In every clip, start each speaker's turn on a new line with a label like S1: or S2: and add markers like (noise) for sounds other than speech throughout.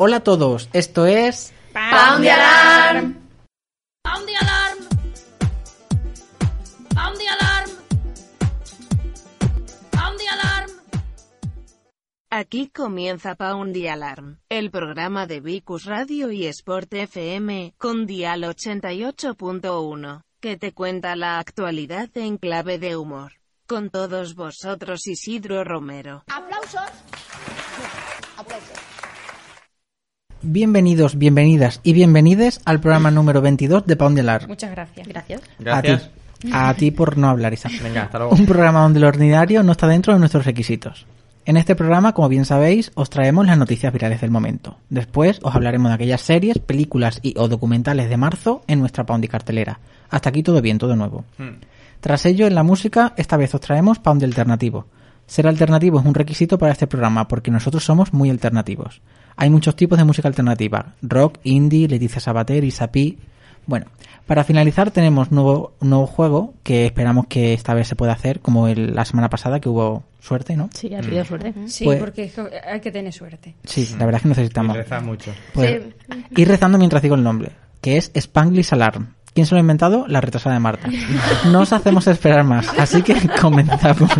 S1: Hola a todos, esto es.
S2: ¡Pound de alarm!
S3: ¡Pound de alarm! ¡Pound de alarm! ¡Pound de alarm!
S4: Aquí comienza Pound the Alarm, el programa de Vicus Radio y Sport FM, con Dial 88.1, que te cuenta la actualidad en clave de humor. Con todos vosotros Isidro Romero.
S2: ¡Aplausos! ¡Aplausos!
S1: Bienvenidos, bienvenidas y bienvenides al programa número 22 de Pound the Alarm.
S5: Muchas gracias.
S6: Gracias.
S1: A
S7: Gracias.
S1: ti. A ti por no hablar, Isa.
S7: Venga, hasta (laughs) luego.
S1: Un programa donde lo ordinario no está dentro de nuestros requisitos. En este programa, como bien sabéis, os traemos las noticias virales del momento. Después os hablaremos de aquellas series, películas y o documentales de marzo en nuestra Poundy cartelera. Hasta aquí todo bien, todo nuevo.
S7: Hmm.
S1: Tras ello, en la música, esta vez os traemos Pound Alternativo. Ser alternativo es un requisito para este programa porque nosotros somos muy alternativos. Hay muchos tipos de música alternativa. Rock, indie, Leticia Sabater y Sapi. Bueno, para finalizar tenemos nuevo, nuevo juego que esperamos que esta vez se pueda hacer como el- la semana pasada que hubo suerte, ¿no?
S6: Sí, ha tenido suerte.
S5: Sí,
S1: Pues-
S5: porque es que hay que tener suerte.
S1: Sí, la verdad es que necesitamos.
S7: Y reza mucho.
S1: Pues, Ir rezando mientras digo el nombre, que es Spanglish Alarm. ¿Quién se lo ha inventado? La retrasada de Marta. No os hacemos esperar más, así que (laughs) comenzamos.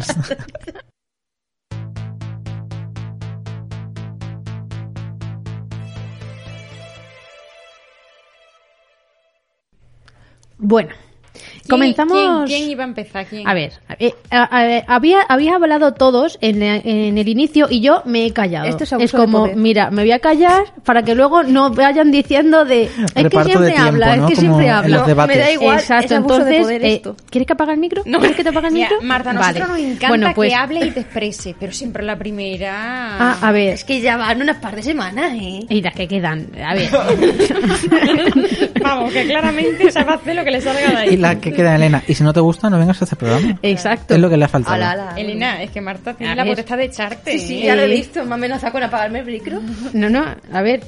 S6: Bueno,
S5: ¿Quién- ¿quién,
S6: comenzamos.
S5: quién iba a empezar? ¿Quién?
S6: A ver, eh, a- a ver, había, habéis hablado todos en, la- en el inicio y yo me he callado.
S8: Esto es
S6: es,
S8: abuso de
S6: como,
S8: poder.
S6: mira, me voy a callar para que luego no vayan diciendo de... Es
S1: Reparto
S6: que
S1: de
S6: siempre
S1: tiempo,
S6: habla,
S1: ¿no?
S6: es que
S1: Como
S6: siempre
S1: en
S6: habla.
S1: los debates.
S8: Me da igual,
S6: Exacto,
S8: es abuso
S6: entonces,
S8: de poder
S6: eh,
S8: esto.
S6: ¿quieres que apague el micro? No. ¿Quieres que te apague el
S5: Mira,
S6: micro?
S5: Marta, a
S6: vale.
S5: nosotros nos encanta
S6: bueno, pues,
S5: que hable y te exprese, pero siempre la primera...
S6: Ah, a ver,
S8: Es que ya van unas par de semanas, ¿eh?
S6: y las que quedan, a
S8: (laughs)
S6: ver.
S5: Vamos, que claramente se va a hacer lo que le salga de ahí.
S1: Y la que queda Elena. Y si no te gusta, no vengas a este programa.
S6: Exacto.
S1: Es lo que le ha faltado.
S8: Ala, ala.
S5: Elena, es que Marta tiene
S6: A
S5: la
S6: ver.
S5: potestad de echarte.
S8: Sí, sí,
S5: ¿eh?
S8: ya lo he
S6: Eh.
S8: visto. Me ha amenazado con apagarme el micro.
S6: No, no, a ver.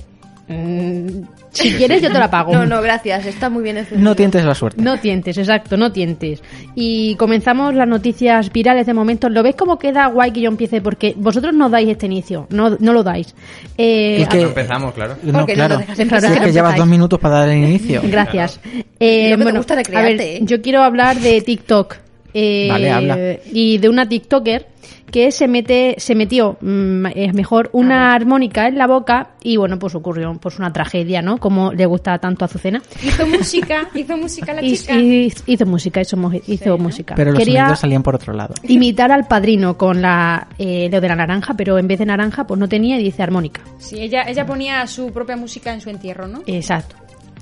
S6: mm, si quieres, yo te la pago.
S8: No, no, gracias. Está muy bien encendido.
S1: No tientes la suerte.
S6: No tientes, exacto, no tientes. Y comenzamos las noticias virales de momento. ¿Lo veis como queda guay que yo empiece? Porque vosotros no dais este inicio, no, no lo dais. Eh,
S1: Es que-
S7: No empezamos, claro.
S1: No,
S8: Porque no
S1: claro.
S8: lo dejas
S1: Si
S6: empezar.
S1: es que llevas
S6: Empezáis.
S1: dos minutos para dar el inicio.
S6: (laughs) Gracias. Eh,
S8: Creo que te
S6: bueno,
S8: gusta
S6: a
S8: recrearte,
S6: ver,
S8: ¿eh?
S6: yo quiero hablar de TikTok. Eh,
S1: Vale, habla.
S6: Y de una TikToker que se mete, se metió, mm, es mejor, una armónica en la boca y bueno, pues ocurrió pues una tragedia, ¿no? Como le gusta tanto a Azucena.
S5: Hizo música, hizo música la
S6: Y,
S5: chica.
S6: y hizo música, hizo, mo- hizo música.
S1: Pero los
S6: Quería
S1: sonidos salían por otro lado.
S6: imitar al padrino con la, eh, lo de la naranja, pero en vez de naranja, pues no tenía y dice armónica.
S5: Sí, ella, ella ponía su propia música en su entierro, ¿no?
S6: Exacto.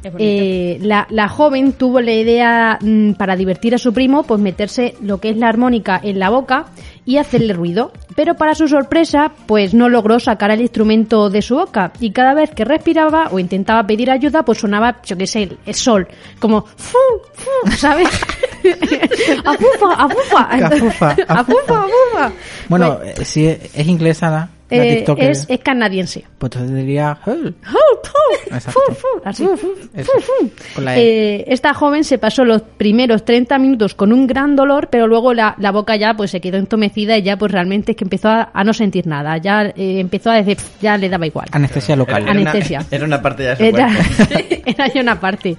S5: Es bonito.
S6: Eh, la, la joven tuvo la idea mm, para divertir a su primo, pues meterse lo que es la armónica en la boca y hacerle ruido. Pero para su sorpresa, pues no logró sacar el instrumento de su boca. Y cada vez que respiraba o intentaba pedir ayuda, pues sonaba, yo qué sé, el, el sol. Como, fu, fu, ¿sabes? (laughs) afufa, afufa.
S1: Que afufa, afufa.
S6: afufa, afufa.
S1: Bueno, eh, si es, es inglesa la, la
S6: Pues, Eh,
S1: TikToker,
S6: es, es canadiense.
S1: pues entonces diría... "Hey". Exacto.
S6: Oh, Fu, fu, así.
S1: Eso. Con la E.
S6: Eh, esta joven se pasó los primeros 30 minutos con un gran dolor, pero luego la, la boca ya pues se quedó entumecida y ya pues realmente es que empezó a, a no sentir nada, ya eh, empezó a decir, "Pff", ya le daba igual.
S1: Anestesia local.
S6: Era- Anestesia.
S7: Una, (laughs) era una parte ya de su
S6: Era,
S5: (laughs)
S7: cuerpo.
S6: Eh, (laughs) era ya una parte.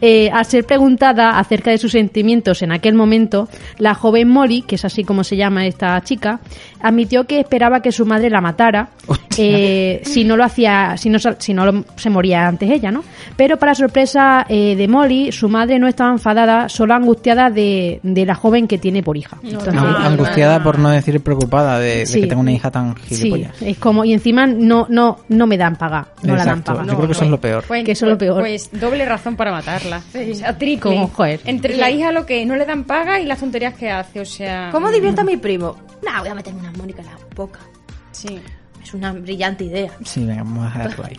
S6: Eh, al ser preguntada acerca de sus sentimientos en aquel momento, la joven Molly, que es así como se llama esta chica, admitió que esperaba que su madre la matara
S1: Hostia.
S6: eh, si no lo hacía, si no, sal- si no lo- se moría antes ella, ¿no? Pero para sorpresa eh, de Molly, su madre no estaba enfadada, solo angustiada de, de la joven que tiene por hija. Entonces,
S1: Ang-
S5: Ah,
S1: eh, angustiada
S5: bueno.
S1: por no decir preocupada de, de
S6: Sí.
S1: que tenga una hija tan
S6: sí,
S1: gilipollas.
S6: es como y encima no no no me dan paga, no la dan
S1: Exacto.
S6: paga.
S1: Yo creo que eso es lo peor.
S5: Pues-
S6: que eso es lo peor.
S5: Pues doble razón para matarla. O sea, triple.
S6: Como, joder.
S5: Entre la hija lo que no le dan paga y las tonterías que hace, o sea... mm.
S8: ¿Cómo divierta a mi primo? No, voy a meterme una armónica en la boca.
S5: Sí.
S8: Es una brillante idea.
S1: Sí, venga, vamos a dejarlo
S6: (laughs)
S1: ahí.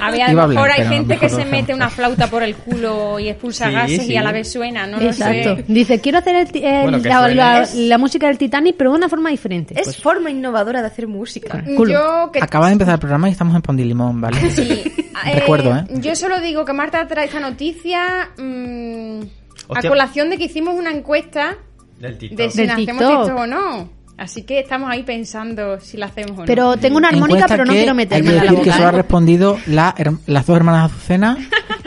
S5: A ver,
S1: Iba
S5: a
S1: a
S5: lo
S1: hablar,
S5: mejor hay
S1: pero
S5: gente
S1: mejor
S5: que
S1: lo
S5: se
S1: dejamos.
S5: mete una flauta por el culo y expulsa
S7: Sí,
S5: gases
S7: sí.
S5: y a la vez suena, ¿no? lo sé.
S6: Exacto. Dice, quiero hacer el ti- el-
S7: Bueno, que
S6: la,
S7: suene.
S6: la-
S8: Es-
S6: la música del Titanic, pero de una forma diferente.
S8: Es forma innovadora de hacer música.
S6: Culo.
S5: Mm, Yo que
S1: Acaba de empezar el programa y estamos en Pondilimón, ¿vale? (laughs)
S5: Sí.
S1: Recuerdo, ¿eh?
S5: Yo solo digo que Marta trae esta noticia mm, a
S7: Hostia.
S5: colación de que hicimos una encuesta
S7: Del TikTok.
S5: de si
S6: Del
S5: la hacemos
S6: TikTok.
S5: esto o no. Así que estamos ahí pensando si la hacemos o no.
S6: Pero tengo una armónica,
S1: Encuesta
S6: pero no
S1: que
S6: quiero
S1: Hay que
S6: meterme en la
S1: decir que solo ha
S6: boca. ¿eh?
S1: respondido la her- las dos hermanas Azucena,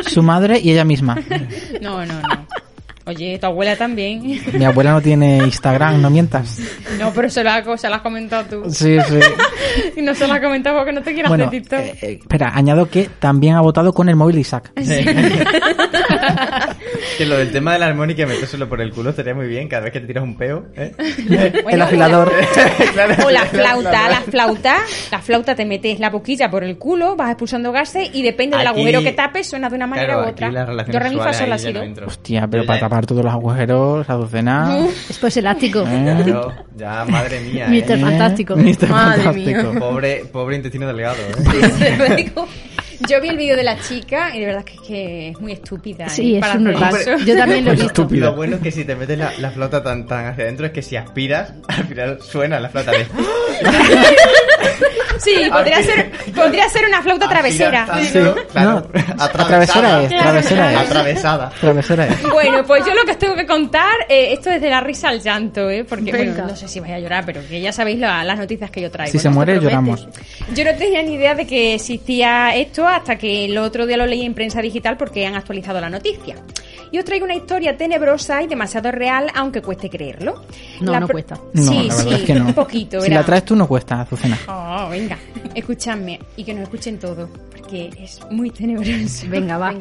S1: su madre y ella misma.
S5: No, no, no. Oye, tu abuela también.
S1: Mi abuela no tiene Instagram, no mientas.
S5: No, pero se la, ha- se la has comentado tú.
S1: Sí,
S6: (laughs)
S1: sí.
S5: Y no se la has comentado porque no te quieras
S1: Bueno,
S5: hacer TikTok.
S1: eh, eh, espera, añado que también ha votado con el móvil de Isaac.
S7: (laughs)
S5: (laughs)
S7: Sí. que lo del tema de la armónica y metérselo por el culo estaría muy bien cada vez que te tiras un peo. ¿eh? (laughs)
S1: el
S5: (laughs)
S1: afilador.
S7: Claro,
S5: O la
S7: claro,
S5: flauta,
S7: claro.
S5: la flauta, la flauta te metes la boquilla por el culo, vas expulsando gases y depende del
S7: Aquí-
S5: agujero que tapes suena de una manera
S7: Claro,
S5: u otra.
S7: aquí las relaciones
S5: Yo re mi fa
S7: sexuales
S5: sol la (laughs)
S7: ahí ya no
S5: sido.
S7: entro.
S1: Hostia, pero
S7: Yo
S1: para
S7: ya-
S1: tapar todos los agujeros, Azucena.
S6: Después elástico.
S1: ¿eh?
S7: Yo- ya, madre mía. ¿eh?
S6: (laughs) Mister Fantástico.
S1: Mister
S8: Madre
S1: Fantástico.
S7: Pobre, pobre intestino delgado.
S5: (laughs)
S7: ¿eh?
S5: Yo vi el vídeo de la chica y de verdad que es que es muy estúpida. ¿eh?
S6: Sí,
S5: Para
S6: es un
S5: hacer
S6: normal.
S5: eso.
S6: Yo
S1: (laughs)
S6: también lo he
S1: Pues
S6: visto.
S1: estúpido.
S7: Lo bueno es que si te metes la, la flauta tan, tan hacia adentro es que si aspiras, al final suena la flauta de...
S5: Sí, podría ser, podría ser una flauta travesera.
S7: Sí,
S1: (laughs)
S7: claro.
S1: No, atravesera
S7: Atravesada.
S1: es, atravesera es.
S7: Atravesada.
S1: Travesera es.
S5: Bueno, pues yo lo que os tengo que contar, eh, esto es de la risa al llanto, ¿eh? porque bueno, no sé si vais a llorar, pero que ya sabéis la- las noticias que yo traigo.
S1: Si se
S5: ¿no?
S1: muere,
S5: Te prometes.
S1: lloramos.
S5: Yo no tenía ni idea de que existía esto hasta que el otro día lo leí en prensa digital porque han actualizado la noticia. Y os traigo una historia tenebrosa y demasiado real, aunque cueste creerlo.
S6: No,
S5: La
S6: no
S5: pro-
S6: cuesta.
S1: No,
S5: sí,
S1: la verdad
S5: sí,
S1: es que no.
S5: un poquito.
S1: Si
S5: era-
S1: la traes tú, no cuesta, Azucena.
S5: Oh, venga, escuchadme y que nos escuchen todo, porque es muy tenebroso.
S6: Venga, va.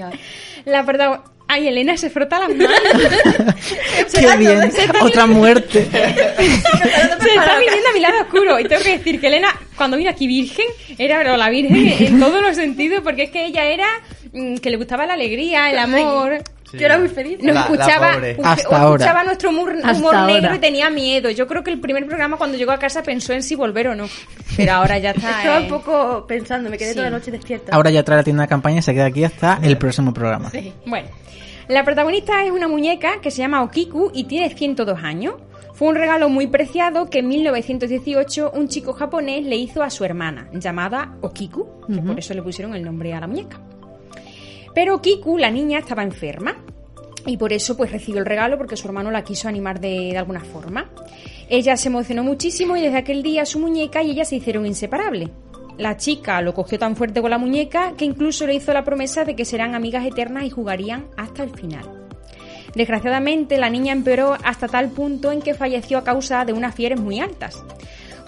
S5: La verdad, ay, Elena se frota las manos. Se
S1: ¡Qué
S5: está-
S1: bien!
S5: se está
S1: ¡Otra muerte!
S6: (laughs)
S5: se está viniendo a mi lado oscuro. Y tengo que decir que Elena, cuando vino aquí virgen, era pero la virgen en todos los sentidos, porque es que ella era mm, que le gustaba la alegría, el amor.
S7: Yo era muy
S8: feliz.
S5: Nos
S7: La- la
S5: escuchaba,
S7: pobre.
S5: escu-
S1: Hasta ahora.
S5: escuchaba nuestro humor,
S6: Hasta
S5: humor
S6: ahora.
S5: negro y tenía miedo. Yo creo que el primer programa cuando llegó a casa pensó en si volver o no. Pero ahora ya está.
S8: Estaba
S5: eh.
S8: un poco pensando, me quedé
S5: Sí.
S8: toda la noche despierta.
S1: Ahora ya trae la tienda de campaña y se queda aquí hasta el próximo programa.
S5: Bueno, la protagonista es una muñeca que se llama Okiku y tiene 102 años. Fue un regalo muy preciado que en 1918 un chico japonés le hizo a su hermana, llamada Okiku, que por eso le pusieron el nombre a la muñeca. Pero Okiku, la niña, estaba enferma y por eso pues recibió el regalo porque su hermano la quiso animar de, de alguna forma. Ella se emocionó muchísimo y desde aquel día su muñeca y ella se hicieron inseparables. La chica lo cogió tan fuerte con la muñeca que incluso le hizo la promesa de que serán amigas eternas y jugarían hasta el final. Desgraciadamente, la niña empeoró hasta tal punto en que falleció a causa de unas fiebres muy altas.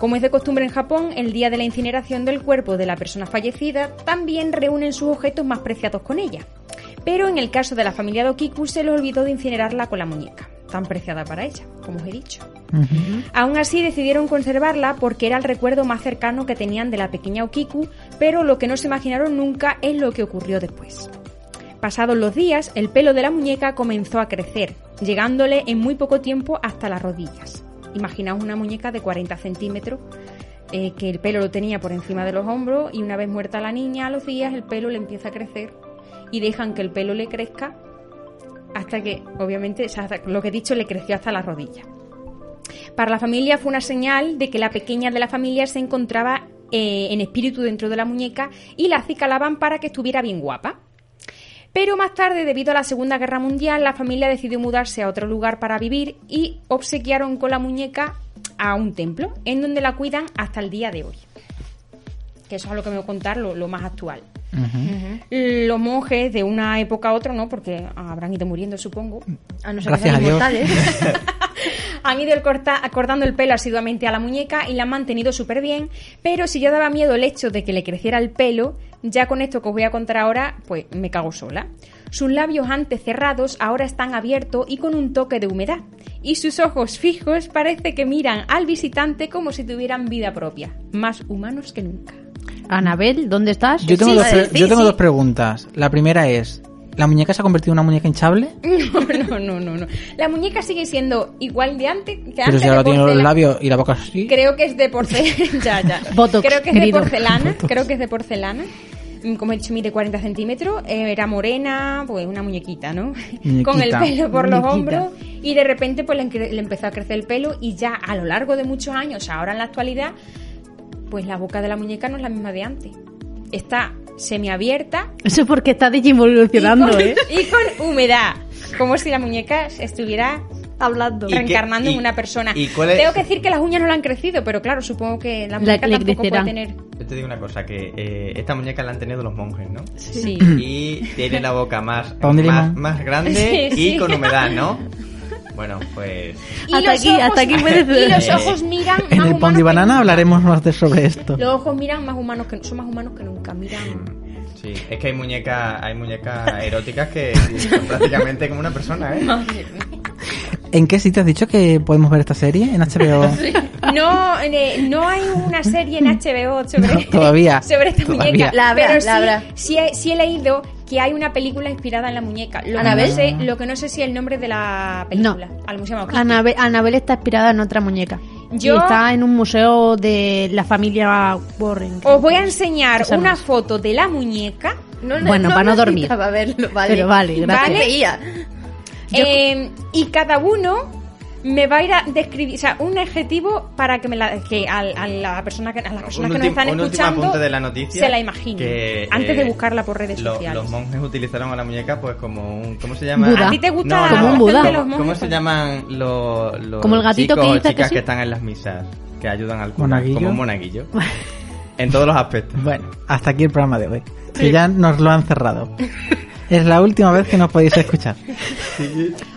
S5: Como es de costumbre en Japón, el día de la incineración del cuerpo de la persona fallecida también reúnen sus objetos más preciados con ella. Pero en el caso de la familia de Okiku se les olvidó de incinerarla con la muñeca, tan preciada para ella, como os he dicho. Aún así decidieron conservarla porque era el recuerdo más cercano que tenían de la pequeña Okiku, pero lo que no se imaginaron nunca es lo que ocurrió después. Pasados los días, el pelo de la muñeca comenzó a crecer, llegándole en muy poco tiempo hasta las rodillas. Imaginaos una muñeca de 40 centímetros, eh, que el pelo lo tenía por encima de los hombros y una vez muerta la niña, a los días el pelo le empieza a crecer y dejan que el pelo le crezca hasta que, obviamente, o sea, hasta- lo que he dicho, le creció hasta las rodillas. Para la familia fue una señal de que la pequeña de la familia se encontraba eh, en espíritu dentro de la muñeca y la acicalaban para que estuviera bien guapa. Pero más tarde, debido a la Segunda Guerra Mundial, la familia decidió mudarse a otro lugar para vivir y obsequiaron con la muñeca a un templo, en donde la cuidan hasta el día de hoy. Que eso es a lo que me voy a contar, lo, lo más actual. Los monjes de una época a otra, ¿no? Porque habrán ido muriendo, supongo.
S8: A no ser
S1: Gracias
S8: que sean
S1: a Dios.
S8: inmortales.
S5: Han ido el corta- cortando el pelo asiduamente a la muñeca y la han mantenido súper bien, pero si ya daba miedo el hecho de que le creciera el pelo, ya con esto que os voy a contar ahora, pues me cago sola. Sus labios antes cerrados ahora están abiertos y con un toque de humedad, y sus ojos fijos parece que miran al visitante como si tuvieran vida propia, más humanos que nunca. (laughs)
S6: Anabel, ¿dónde estás?
S1: Yo tengo,
S8: Sí,
S1: dos,
S8: sí,
S1: pre-
S8: sí,
S1: yo tengo
S8: sí.
S1: dos preguntas. La primera es, ¿La muñeca se ha convertido en una muñeca hinchable?
S5: No, no, no, no, no. La muñeca sigue siendo igual de antes que
S1: pero
S5: antes.
S1: si
S5: de
S1: ahora tiene los
S5: porcelana.
S1: labios y la boca así.
S5: Creo que es de porcelana. (laughs) ya, ya.
S6: Botox,
S5: creo que es
S6: querido.
S5: de porcelana. Creo que es de porcelana. Mm, Como he dicho, mide 40 centímetros. eh, Era morena, pues una muñequita, ¿no? (laughs)
S1: Muñequita.
S5: Con el pelo por los
S1: Muñequita.
S5: hombros. Y de repente, pues le, encre- le empezó a crecer el pelo. Y ya a lo largo de muchos años, o sea, ahora en la actualidad, pues la boca de la muñeca no es la misma de antes. Está semiabierta
S6: Eso porque está digivolucionando,
S5: y,
S6: ¿eh?
S5: con, (laughs) y con humedad. Como si la muñeca estuviera
S8: Hablando.
S7: Y- qué-
S5: reencarnando
S7: y-
S5: en una persona.
S7: y cuál es-
S5: Tengo que decir que las uñas no le han crecido, pero claro, supongo que la
S6: La-
S5: muñeca
S6: le
S5: tampoco
S6: crecerá.
S5: puede tener.
S7: Yo te digo una cosa, que eh, esta muñeca la han tenido los monjes, ¿no?
S5: Sí.
S7: Y tiene la boca más,
S1: ¿Para dónde
S7: más,
S1: limón?
S7: más grande
S5: Sí, sí.
S7: y con humedad, ¿no? Bueno, pues...
S5: Y
S6: Hasta
S5: los
S6: aquí- hasta aquí puedes-
S5: y los ojos miran más
S1: En el
S5: humanos
S1: Pondi
S5: que
S1: Banana
S5: nunca.
S1: hablaremos más de sobre esto.
S5: Los ojos miran más humanos que son más humanos que nunca. Miran.
S7: Sí, es que hay muñecas hay muñecas eróticas que son prácticamente como una persona, ¿eh?
S1: ¿En qué sitio has dicho que podemos ver esta serie? ¿En
S5: (laughs)
S1: HBO?
S5: No, eh, no hay una serie en HBO sobre,
S1: No, todavía,
S5: (laughs) sobre esta
S1: todavía.
S5: muñeca.
S8: La habrá,
S5: pero
S8: la
S5: sí,
S8: habrá.
S5: sí he, sí he leído que hay una película inspirada en la muñeca. Lo que, no
S8: ¿Anabel?
S5: sé, lo que no sé si es el nombre de la película.
S6: No.
S5: A lo mejor se llama Kitty.
S6: Anabel, Anabel está inspirada en otra muñeca.
S5: Yo-
S6: Y está en un museo de la familia Warren.
S5: Os voy a enseñar
S6: Esa no
S5: una
S6: es.
S5: foto de la muñeca.
S6: Bueno, para no dormir.
S8: necesitaba verlo, vale.
S6: Pero vale, gracias.
S8: Vale. Veía.
S5: Eh, y cada uno me va a ir a describir, o sea, un adjetivo para que me la, que al- a, la persona que, a las personas que nos
S7: ultim-
S5: están
S7: un último
S5: escuchando
S7: apunte de la noticia.
S5: se la imaginen
S7: que,
S5: antes de
S7: eh,
S5: buscarla por redes
S7: lo-
S5: sociales.
S7: Los monjes utilizaron a la muñeca pues como un... ¿Cómo se llama?
S6: Buda. ¿A
S5: ti te gusta
S7: No,
S6: la Como un
S7: no,
S6: Buda.
S7: ¿cómo-
S5: los monjes?
S7: ¿Cómo se llaman los, los
S6: Como el gatito
S7: chicos
S6: que
S7: o
S6: dice que
S7: chicas
S6: sí.
S7: que están en las misas? Que ayudan al cura,
S1: Monaguillo.
S7: como un
S6: (laughs)
S7: monaguillo. en todos los aspectos.
S1: Bueno, hasta aquí el programa de hoy. Que ya nos lo han
S5: (laughs)
S1: cerrado. Es la última vez que nos podéis escuchar.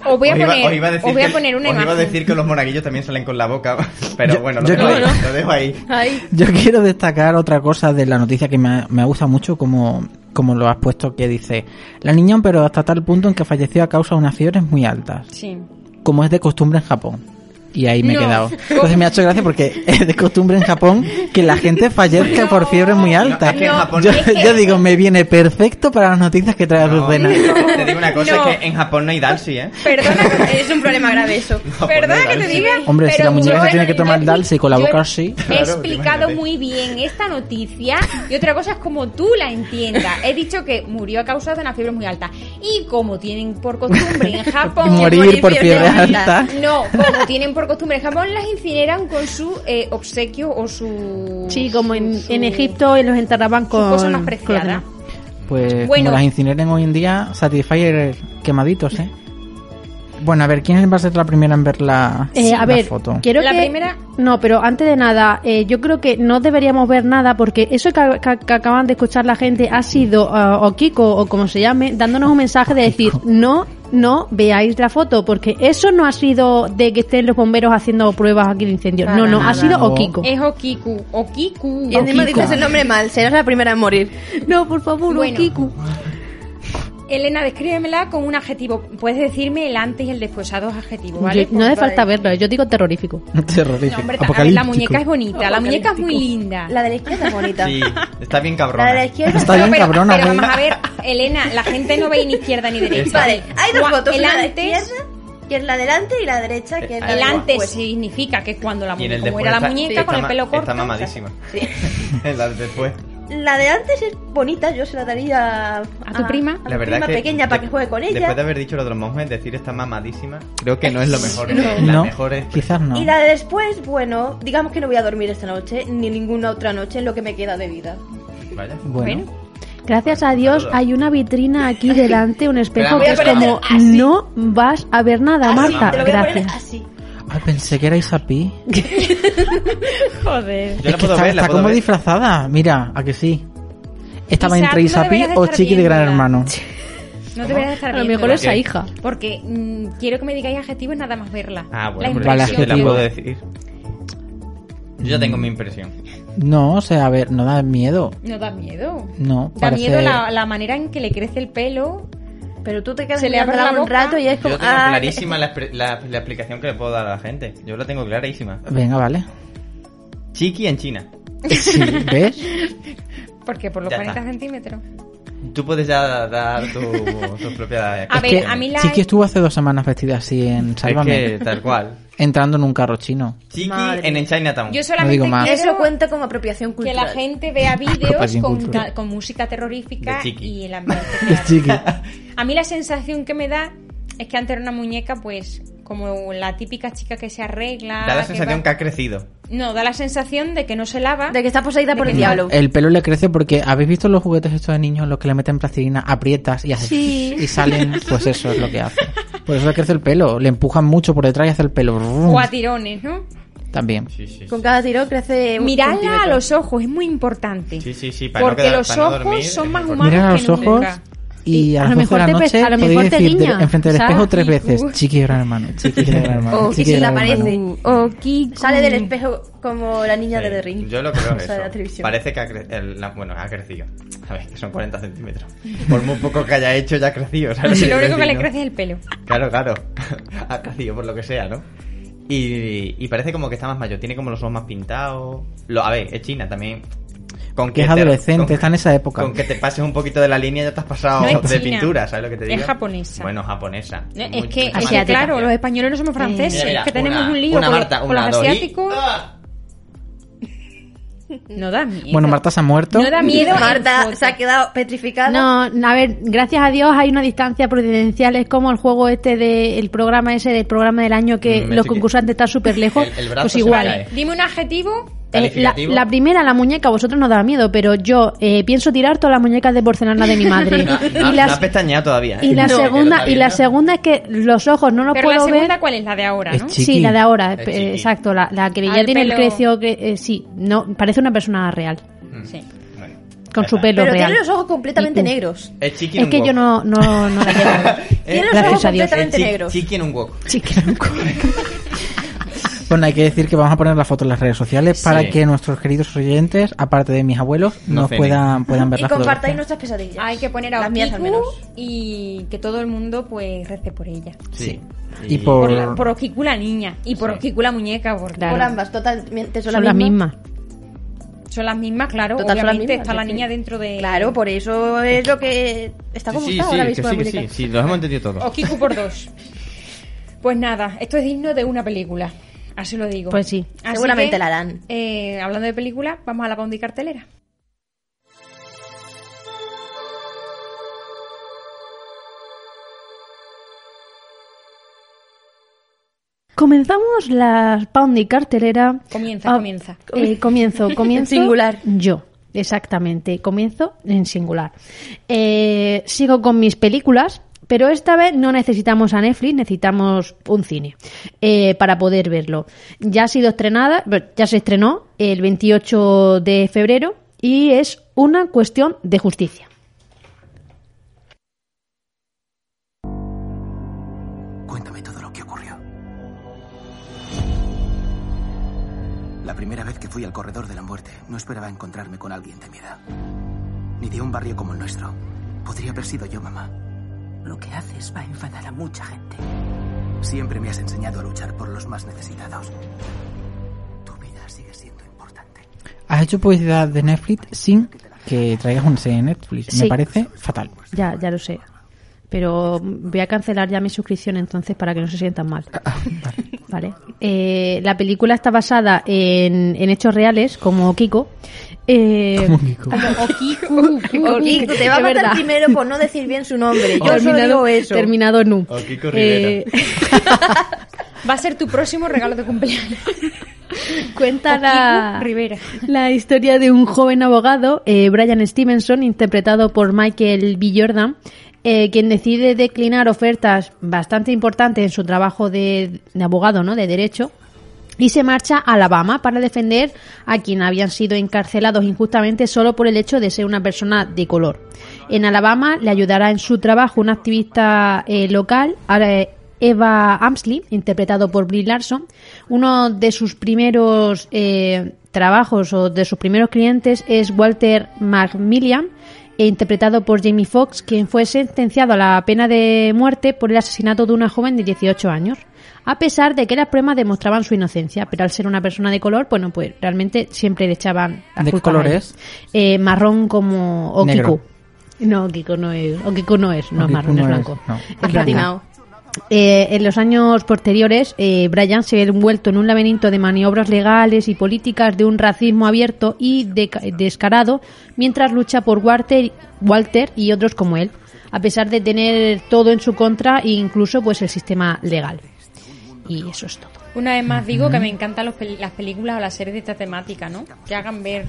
S5: Os voy a
S7: Os iba-
S5: poner,
S7: os iba a decir
S5: os voy a
S7: que-
S5: poner una
S7: os iba a
S5: imagen.
S7: decir que los monaguillos también salen con la boca, (laughs) pero
S1: Yo-
S7: bueno, lo,
S1: yo
S7: dejo
S1: creo-
S7: ahí, lo dejo ahí.
S8: Ay,
S1: Yo quiero destacar otra cosa de la noticia que me ha, me ha gustado mucho, como, como lo has puesto, que dice: La niña, pero hasta tal punto en que falleció a causa de unas fiebres muy altas.
S5: Sí.
S1: como es de costumbre en Japón. Y ahí me
S5: No.
S1: he quedado. Entonces me ha hecho gracia porque (laughs) es de costumbre en Japón que la gente fallezca por fiebre muy alta.
S7: No, es que en Japón-
S1: yo,
S7: es que-
S1: yo digo, me viene perfecto para las noticias que trae
S7: No,
S1: Lucena.
S7: te digo una cosa,
S5: No.
S7: es que en Japón no hay
S5: (laughs)
S7: Dalsy, ¿eh.
S5: Perdona, que-
S8: es un problema grave eso.
S7: No,
S5: Perdona
S7: pues,
S5: que te
S7: Dalsy.
S5: diga.
S1: Hombre, si
S5: pero
S1: la muñeca
S5: yo
S1: se
S5: en
S1: tiene que tomar
S5: realidad
S1: Dalsy con la
S5: yo he-
S1: boca así.
S5: He
S7: (laughs) Claro,
S5: explicado
S7: imagínate.
S5: muy bien esta noticia y otra cosa es como tú la entiendas. He dicho que murió a causa de una fiebre muy alta. Y como tienen por costumbre
S1: (laughs)
S5: en Japón.
S1: Morir por fiebre
S8: alta.
S1: alta.
S5: No, como tienen por costumbre en Japón, las incineran con su eh, obsequio o su.
S6: Sí, como en,
S5: su-
S6: en Egipto y los enterraban con...
S5: cosa más
S6: con la
S5: preciada.
S6: cena.
S1: Pues
S5: Bueno.
S1: como las incineren hoy en día, Satisfyer quemaditos, ¿eh? Bueno, a ver, ¿quién va a ser la primera en ver la,
S6: Eh, a
S1: la
S6: ver,
S1: foto? (laughs)
S6: quiero
S5: La
S6: que-
S5: primera-
S6: No, pero antes de nada, eh, yo creo que no deberíamos ver nada porque eso que, que- que acaban de escuchar la gente ha sido ah, o Kiko o como se llame, dándonos un mensaje de decir no, no veáis la foto porque eso no ha sido de que estén los bomberos haciendo pruebas aquí de incendio.
S8: Para
S6: no, no,
S8: nada.
S6: ha sido
S1: No.
S6: o Kiko.
S5: Es Okiku. Okiku.
S8: Y encima
S1: Okiko.
S8: dices el nombre mal, serás la primera en morir.
S6: no, por favor,
S5: Bueno.
S6: o Kiku.
S5: Elena, descríbemela con un adjetivo. Puedes decirme el antes y el después, a dos adjetivos, ¿vale?
S6: Yo- no hace
S5: Porque-
S6: falta verlo, yo digo terrorífico.
S5: No,
S1: Terrorífico.
S5: hombre, a ver,
S1: Apocalíptico.
S5: la muñeca es bonita, la muñeca es muy linda.
S8: La de la izquierda es bonita.
S7: Sí, está bien cabrón.
S8: La de la
S1: (laughs)
S8: izquierda.
S1: Está bien,
S5: (laughs) pero,
S1: cabrona,
S5: pero
S1: güey.
S5: vamos a ver, Elena, la gente no ve ni izquierda ni derecha.
S8: Vale, hay dos
S5: Gua-
S8: fotos,
S5: El
S8: una de
S5: antes,
S8: izquierda, que es la delante y la derecha, que es la
S7: Eh,
S5: el
S8: de-
S5: antes
S8: pues,
S5: significa que cuando la
S7: Y en
S5: muñeca,
S7: el
S5: como
S7: después
S5: era la
S7: está-
S5: muñeca
S7: está
S5: con el
S7: ma-
S5: pelo corto.
S7: Está mamadísima.
S8: sí.
S7: En (laughs) la de después.
S8: La de antes es bonita, yo se la daría a,
S5: tu prima?
S8: A
S7: La
S8: mi
S7: verdad
S8: prima
S7: que
S8: pequeña para que juegue con ella.
S7: Después de haber dicho lo de los monjes, decir está mamadísima, creo que no es lo mejor. La
S1: No,
S7: mejor es
S1: quizás no.
S8: Y la de después, bueno, digamos que no voy a dormir esta noche, ni ninguna otra noche en lo que me queda de vida.
S7: Vaya.
S1: Bueno.
S6: Gracias a Dios hay una vitrina aquí delante, un espejo
S7: Voy
S6: que
S7: a
S6: es
S7: poner
S6: como
S8: así.
S6: no vas a ver nada,
S8: Así,
S6: Marta.
S8: te lo voy a poner
S6: Gracias.
S8: así.
S1: Ay, pensé que era Isapi.
S6: Joder.
S7: Yo la
S1: Es que
S7: puedo
S1: está,
S7: ver, la
S1: está
S7: puedo
S1: como
S7: ver.
S1: disfrazada. Mira, a que sí. Estaba
S5: Isa,
S1: entre
S5: tú no
S1: Isapi
S5: deberías
S1: o
S5: estar
S1: Chiqui de Gran
S5: viéndola. (laughs)
S1: Hermano.
S5: No deberías estar
S6: A lo
S5: viendo.
S6: mejor
S7: ¿Por
S6: esa
S7: qué?
S6: hija.
S5: Porque mm, quiero que me digáis adjetivos nada más verla.
S7: Ah, bueno,
S5: la
S7: pero
S1: Vale,
S7: yo te la
S1: adjetivo.
S7: puedo decir. Yo ya tengo mi impresión.
S1: No, o sea, a ver, no da miedo.
S5: No da miedo.
S1: No,
S5: Da
S1: parece-
S5: miedo la, la manera en que le crece el pelo.
S8: Pero tú te quedas
S5: Se le abre
S8: mirándola
S5: la
S8: un
S5: boca.
S8: rato y es
S7: Yo
S8: como...
S7: tengo
S8: ah,
S7: clarísima la, expre- la- la explicación que le puedo dar a la gente. Yo la tengo clarísima.
S1: Venga,
S5: (laughs)
S1: vale.
S7: Chiqui en China.
S1: Sí, ¿ves?
S5: Porque por los
S7: Ya
S5: 40
S7: está.
S5: centímetros.
S7: Tú puedes ya dar tu, (laughs) tus propiedades.
S5: A
S1: Es
S5: ver,
S1: que
S5: a mí la-
S1: Chiqui estuvo hace dos semanas vestida así en
S7: Es
S1: Sálvame,
S7: que
S5: (laughs)
S7: tal cual.
S1: entrando en un carro
S7: (laughs)
S1: chino.
S7: Chiqui
S8: Madre
S7: en Chinatown.
S5: Yo solamente
S1: digo más.
S5: quiero
S8: Eso cuenta como apropiación
S5: que
S8: cultural.
S5: la gente
S1: (laughs)
S5: vea vídeos
S1: Apropiación
S5: con,
S1: cultural.
S5: con música terrorífica
S7: De chiqui.
S5: y el ambiente.
S1: Es
S5: creado.
S1: Chiqui.
S5: A mí la sensación que me da es que antes era una muñeca, pues, como la típica chica que se arregla.
S7: da la
S5: que
S7: sensación
S5: va-
S7: que ha crecido.
S5: No, da la sensación de que no se lava.
S8: De que está poseída
S5: De
S8: por
S5: que no.
S8: el diablo.
S7: Eh,
S1: El pelo le crece porque habéis visto los juguetes estos de niños, los que le meten plastilina, aprietas y haces
S8: Sí.
S1: y salen, pues eso es lo que hace. Por eso le crece el pelo, le empujan mucho por detrás y hace el pelo.
S5: O a tirones, ¿no?
S1: También.
S7: Sí, sí.
S8: Con cada tiro crece un
S5: Mirarla a
S8: centímetro.
S5: los ojos, es muy importante.
S7: Sí, sí, sí, para no
S5: Porque
S7: quedar-
S5: los
S7: para no
S5: ojos
S7: dormir,
S5: son
S7: es
S5: más
S7: mejor.
S5: humanos
S1: Mira a
S5: que
S1: los
S5: nunca.
S1: ojos y
S6: Y
S1: a,
S6: a
S1: las 12
S6: lo
S1: de la
S6: mejor te pe-
S1: noche
S6: a lo
S1: podéis
S6: mejor te
S1: decir de-
S6: guiña,
S1: enfrente del espejo
S6: ¿sabes?
S1: tres
S6: Y-
S1: veces,
S6: uh.
S1: chiqui de gran hermano, chiqui de gran hermano.
S8: O que
S1: chiqui
S8: se le
S1: gran hermano.
S8: aparece.
S5: O Kiku.
S8: Sale del espejo como la niña
S7: Sí,
S8: de The Ring.
S7: Eh, Yo lo creo
S8: O sea, de la
S7: eso.
S8: televisión.
S7: Parece que ha, cre- el- la- bueno, ha crecido. A ver, que son 40 centímetros. Por muy poco que haya hecho, ya ha crecido. ¿sabes?
S5: Lo único que le
S7: ¿no?
S5: crece es el pelo.
S7: Claro, claro. (laughs) ha crecido por lo que sea, ¿no? Y, y parece como que está más mayor. Tiene como los ojos más pintados. Lo, a ver, es China también. Con
S1: Que es
S7: te-
S1: adolescente,
S7: con-
S1: está en esa época.
S7: (laughs) Con que te pases un poquito de la línea ya te has pasado
S5: No es
S7: de
S5: china.
S7: pintura, ¿sabes lo que te
S5: Es
S7: digo?
S5: japonesa.
S7: Bueno, japonesa.
S5: No,
S7: Muy-
S5: es que,
S7: mucho
S5: es
S7: más
S5: que,
S7: diferencia.
S5: claro, los españoles no somos franceses,
S7: Mira, mira,
S5: es que tenemos
S7: una-
S5: un lío
S7: una
S5: con,
S7: Marta,
S5: con
S7: una
S5: los
S7: dos y-
S5: asiáticos.
S7: ¡Ah!
S5: No da miedo.
S1: Bueno, Marta se ha muerto.
S5: No da miedo.
S8: Marta
S5: en
S8: se ha quedado petrificada.
S6: No, a ver, gracias a Dios hay una distancia prudencial. Es como el juego este del programa ese del programa del año que
S7: Mm, me
S6: los
S7: estoy-
S6: concursantes están súper lejos.
S7: El- el brazo
S6: pues
S7: se me
S6: igual.
S7: cae.
S5: Dime un adjetivo.
S6: Eh, la,
S7: Calificativo.
S6: la primera, la muñeca, a vosotros no da miedo, pero yo eh, pienso tirar todas las muñecas de porcelana de mi
S7: (laughs)
S6: madre.
S7: No, no-
S6: y
S7: no
S6: la,
S7: has pestañeado todavía. ¿eh?
S6: y la
S7: No, que lo
S6: segunda,
S7: está
S6: y la
S7: viendo.
S6: segunda es que los ojos no los
S5: Pero la
S6: puedo
S5: segunda,
S6: ver.
S5: ¿cuál es la de ahora,
S1: Es
S5: no?
S1: chiqui.
S6: Sí, la de ahora,
S7: Es
S6: eh,
S7: chiqui.
S6: exacto, la, la que ya
S5: Al
S6: tiene
S5: pelo.
S6: el crecio que eh, sí, no parece una persona real
S5: Sí.
S7: Bueno,
S6: con
S7: ya
S6: su
S7: está.
S6: pelo
S8: pero
S6: real.
S8: tiene los ojos completamente
S6: Y-
S8: negros.
S7: Es chiqui en
S6: es
S7: un
S6: que
S7: wok. (laughs)
S6: yo no no no la llevo.
S7: Eh,
S8: Tiene los
S6: Gracias
S8: ojos
S6: a Dios.
S8: completamente
S7: es chi- (laughs)
S8: negros.
S7: Chiqui en un wok.
S6: Chiqui, no
S1: Bueno, hay que decir que vamos a poner la foto en las redes sociales para
S7: Sí.
S1: que nuestros queridos oyentes, aparte de mis abuelos,
S7: No
S1: nos
S7: cenen.
S1: puedan, puedan ver
S8: Y
S1: la
S8: compartáis
S1: fotografía.
S8: nuestras pesadillas.
S5: Hay que poner a
S8: Las mías, al
S5: Okiku
S8: menos.
S5: y que todo el mundo pues rece por ella.
S1: Sí.
S7: Sí.
S1: Y
S5: Por,
S1: por...
S5: la, por Okiku la niña y por
S7: Sí.
S5: Okiku la muñeca, porque
S6: Claro.
S8: Por ambas, totalmente son,
S6: son las mismas.
S5: son las mismas, claro.
S8: Total, son las
S5: obviamente
S8: mismas,
S5: está la
S8: sí,
S5: niña
S8: sí.
S5: dentro de...
S8: Claro, por eso es lo que está como
S7: sí,
S8: está
S7: sí,
S8: ahora
S7: sí,
S8: mismo
S7: que sí,
S8: la
S7: que sí,
S8: muñeca.
S7: sí, lo hemos entendido todo.
S5: Okiku por dos. Pues nada, esto es digno de una película. Así lo digo.
S6: Pues sí.
S5: Así
S8: Seguramente
S5: que,
S8: la harán.
S5: eh, hablando de película, vamos a la bondi cartelera.
S6: Comenzamos la Poundy cartelera.
S5: Comienza,
S6: Ah,
S5: comienza. (laughs)
S6: eh, comienzo, comienzo.
S8: Singular.
S6: Yo, exactamente. Comienzo en singular. Eh, sigo con mis películas, pero esta vez no necesitamos a Netflix, necesitamos un cine eh, para poder verlo. Ya ha sido estrenada, bueno, ya se estrenó el 28 de febrero y es una cuestión de justicia.
S9: Cuéntame todo lo que ocurrió. La primera vez que fui al corredor de la muerte, no esperaba encontrarme con alguien de mi edad. Ni de un barrio como el nuestro. Podría haber sido yo, mamá. Lo que haces va a enfadar a mucha gente. Siempre me has enseñado a luchar por los más necesitados. Tu vida sigue siendo importante.
S1: Has hecho publicidad de Netflix sin que traigas una serie de Netflix. Me
S6: Sí.
S1: parece fatal.
S6: Ya, ya lo sé. Pero voy a cancelar ya mi suscripción entonces para que no se sientan mal.
S1: Ah,
S6: Vale. Eh, la película está basada en, en hechos reales, como Kiko. Eh,
S1: Como Kiko.
S8: Ah,
S6: (laughs) Okiku.
S8: Okiku, te va a
S6: Es
S8: matar
S6: verdad.
S8: primero por no decir bien
S6: (laughs)
S8: su nombre. Yo solo
S6: Terminado-
S8: digo eso.
S6: Terminado nu.
S7: O Kiko
S6: Eh,
S5: Va a ser tu próximo regalo de cumpleaños. (laughs)
S6: cuenta la,
S5: Okiku Rivera.
S6: la historia de un joven abogado, eh, Brian Stevenson, interpretado por Michael B. Jordan, eh, quien decide declinar ofertas bastante importantes en su trabajo de, de abogado, ¿no? De derecho. Y se marcha a Alabama para defender a quien habían sido encarcelados injustamente solo por el hecho de ser una persona de color. En Alabama le ayudará en su trabajo una activista eh, local, eh, Eva Amsley, interpretado por Brie Larson. Uno de sus primeros eh, trabajos o de sus primeros clientes es Walter Macmillan, e interpretado por Jamie Foxx, quien fue sentenciado a la pena de muerte por el asesinato de una joven de 18 años, a pesar de que las pruebas demostraban su inocencia, pero al ser una persona de color, bueno, pues realmente siempre le echaban la
S1: ¿De qué
S6: culpa a
S1: color
S6: él.
S1: es?
S6: Eh, marrón como Okiku.
S1: Negro.
S6: No, Kiko no es. O Kiko no es, no, es
S1: Kiko
S6: marrón, es
S1: no es,
S6: blanco.
S1: no.
S6: Es
S1: Es
S6: blanco. Eh, en los años posteriores, eh, Brian se ha envuelto en un laberinto de maniobras legales y políticas de un racismo abierto y deca- descarado mientras lucha por Walter, Walter y otros como él, a pesar de tener todo en su contra e incluso pues el sistema legal. Y eso es todo.
S5: Una vez más digo que me encantan los pel- las películas o las series de esta temática, ¿no? Que hagan ver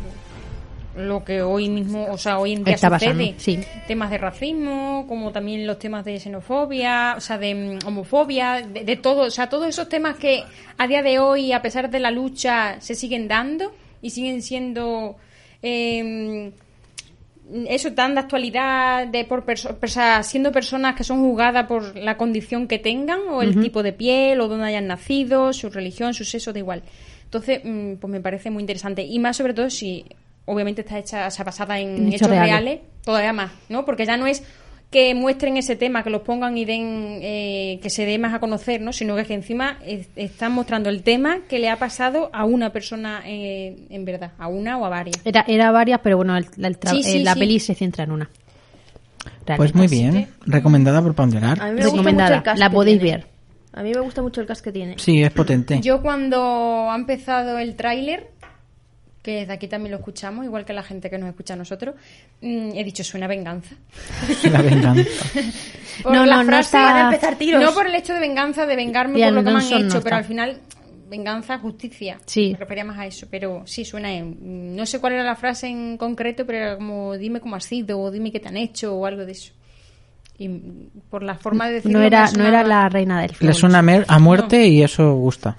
S5: lo que hoy mismo, o sea, hoy en día
S6: Está pasando,
S5: sucede.
S6: sí.
S5: Temas de racismo, como también los temas de xenofobia, o sea, de mm, homofobia, de, de todo, o sea, todos esos temas que a día de hoy, a pesar de la lucha, se siguen dando y siguen siendo eh, eso tan de actualidad de por perso- o sea, siendo personas que son juzgadas por la condición que tengan o el
S6: Ujú.
S5: tipo de piel o donde hayan nacido su religión su sexo da igual entonces mm, pues me parece muy interesante y más sobre todo si obviamente está hecha o sea, basada en,
S6: En hechos
S5: hechos, reales.
S6: reales,
S5: todavía más no porque ya no es que muestren ese tema que los pongan y den eh, que se dé más a conocer no sino que, es que encima es- están mostrando el tema que le ha pasado a una persona eh, en verdad a una o a varias
S6: Era, era varias, pero bueno, el- el tra-
S5: Sí, sí,
S6: eh, la
S5: sí.
S6: peli se centra en una.
S1: Pues
S6: Realmente.
S1: muy bien, recomendada por Pandelar.
S8: A mí me gusta mucho
S6: Recomendada,
S8: el cast
S6: la
S8: que
S6: podéis
S8: tiene.
S6: ver.
S8: A mí me gusta mucho el cast que tiene.
S1: Sí, es potente.
S5: Yo cuando ha empezado el tráiler, que desde aquí también lo escuchamos, igual que la gente que nos escucha a nosotros, mm, he dicho, suena a venganza.
S1: (laughs)
S6: (laughs)
S1: La venganza.
S5: Por
S6: No,
S5: la
S6: no, no
S5: frase-
S6: está- Van a empezar tiros.
S5: No por el hecho de venganza, de vengarme
S6: Ya,
S5: por lo que me han
S6: Johnson no
S5: hecho, pero
S6: está.
S5: al final venganza, justicia.
S6: Sí.
S5: Me refería más a eso, pero sí, suena en- mm, No sé cuál era la frase en concreto, pero era como dime cómo has sido, o dime qué te han hecho, o algo de eso. Y mm, por la forma de decirlo...
S6: No
S5: me
S6: era,
S5: ha
S6: no era
S5: sonado a-
S6: la reina del
S1: Le
S6: fuego.
S1: suena a mer- a muerte y eso gusta.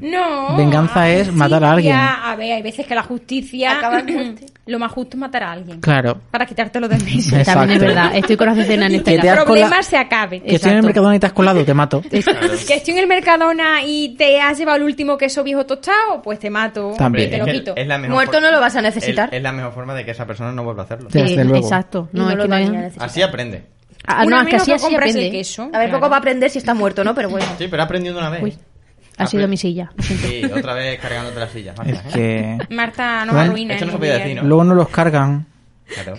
S5: No.
S1: Venganza es
S5: justicia.
S1: matar a alguien.
S5: A ver, hay veces que la justicia. (clears throat)
S8: Acaba en muerte.
S5: lo más justo es matar a alguien.
S1: Claro.
S5: Para quitártelo de en medio.
S1: Exacto.
S6: También es verdad, estoy con la Cecena en
S1: (laughs)
S6: este
S1: Que te
S5: El
S1: has
S6: caso.
S5: problema
S1: colado-
S5: se acabe.
S1: Que estoy en el Mercadona y te has colado, te mato.
S5: Que estoy en el Mercadona y te has llevado el último queso viejo tostado, pues te mato.
S1: También.
S5: Y te lo
S7: Es el-
S5: quito.
S7: es la mejor
S8: Muerto
S7: for-
S8: no lo vas a
S7: el-
S8: necesitar.
S7: Es la mejor forma de que esa persona no vuelva a hacerlo.
S1: Sí. Desde
S6: Eh,
S1: luego.
S6: Exacto. No,
S8: Y
S6: es que
S8: no lo
S6: no hay-
S8: venía a necesitar.
S7: Así aprende.
S6: Ah,
S5: Una
S6: no, es que
S5: menos
S6: así,
S5: que
S6: así
S5: compras el
S6: aprende.
S5: queso.
S8: A ver, poco va a aprender si está muerto, ¿no? Pero bueno.
S7: Sí, pero ha aprendido una vez.
S6: Uy, ha sido mi silla. lo siento.
S7: Sí, otra vez cargándote la silla. ¿eh?
S1: Es que
S5: Marta no
S1: Bueno,
S5: arruina.
S7: esto
S5: ni
S7: no se podía
S5: diga.
S7: decir, ¿no?
S1: luego no los cargan.
S7: Claro.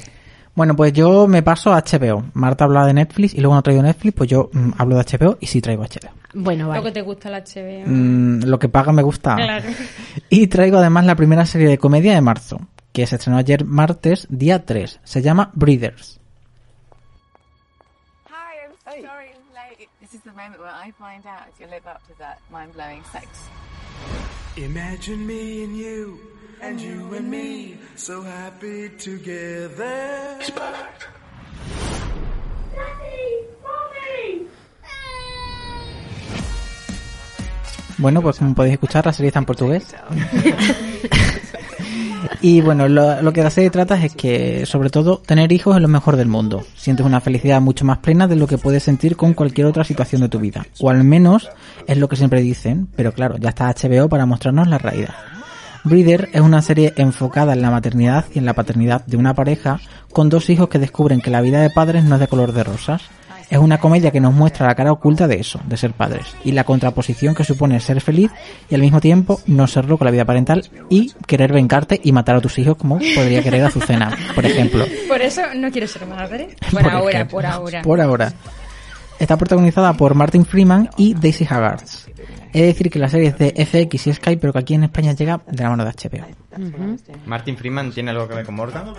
S1: Bueno, pues yo me paso a HBO. Marta habla de Netflix y luego no ha traído Netflix, pues yo mm, hablo de HBO y sí traigo HBO.
S6: Bueno,
S5: Lo que
S6: vale.
S5: te gusta la HBO.
S1: Mm, lo que paga me gusta.
S5: Claro.
S1: Y traigo además la primera serie de comedia de marzo, que se estrenó ayer martes, día 3. Se llama Breeders.
S10: Hi, I'm so sorry I'm late. This is the moment where I find out if you live up to that mind blowing sex.
S11: Imagine me and you, and you and me, so happy together. He's perfect.
S1: Bueno, pues como podéis escuchar, la serie está en portugués. (laughs) y bueno, lo, lo que la serie trata es que, sobre todo, tener hijos es lo mejor del mundo. Sientes una felicidad mucho más plena de lo que puedes sentir con cualquier otra situación de tu vida. O al menos es lo que siempre dicen, pero claro, ya está HBO para mostrarnos la realidad. Breeder es una serie enfocada en la maternidad y en la paternidad de una pareja con dos hijos que descubren que la vida de padres no es de color de rosas. Es una comedia que nos muestra la cara oculta de eso, de ser padres, y la contraposición que supone ser feliz y al mismo tiempo no serlo con la vida parental y querer vengarte y matar a tus hijos como podría querer Azucena, por ejemplo.
S5: Por eso no quiero
S1: (laughs)
S5: ser madre. (laughs) Por ahora,
S1: ejemplo.
S5: por ahora.
S1: Por ahora. Está protagonizada por Martin Freeman y Daisy Haggarts. Es decir que la serie es de FX y Sky, pero que aquí en España llega de la mano de HBO.
S7: Martin Freeman tiene algo que ver con Morgan. ¿O no?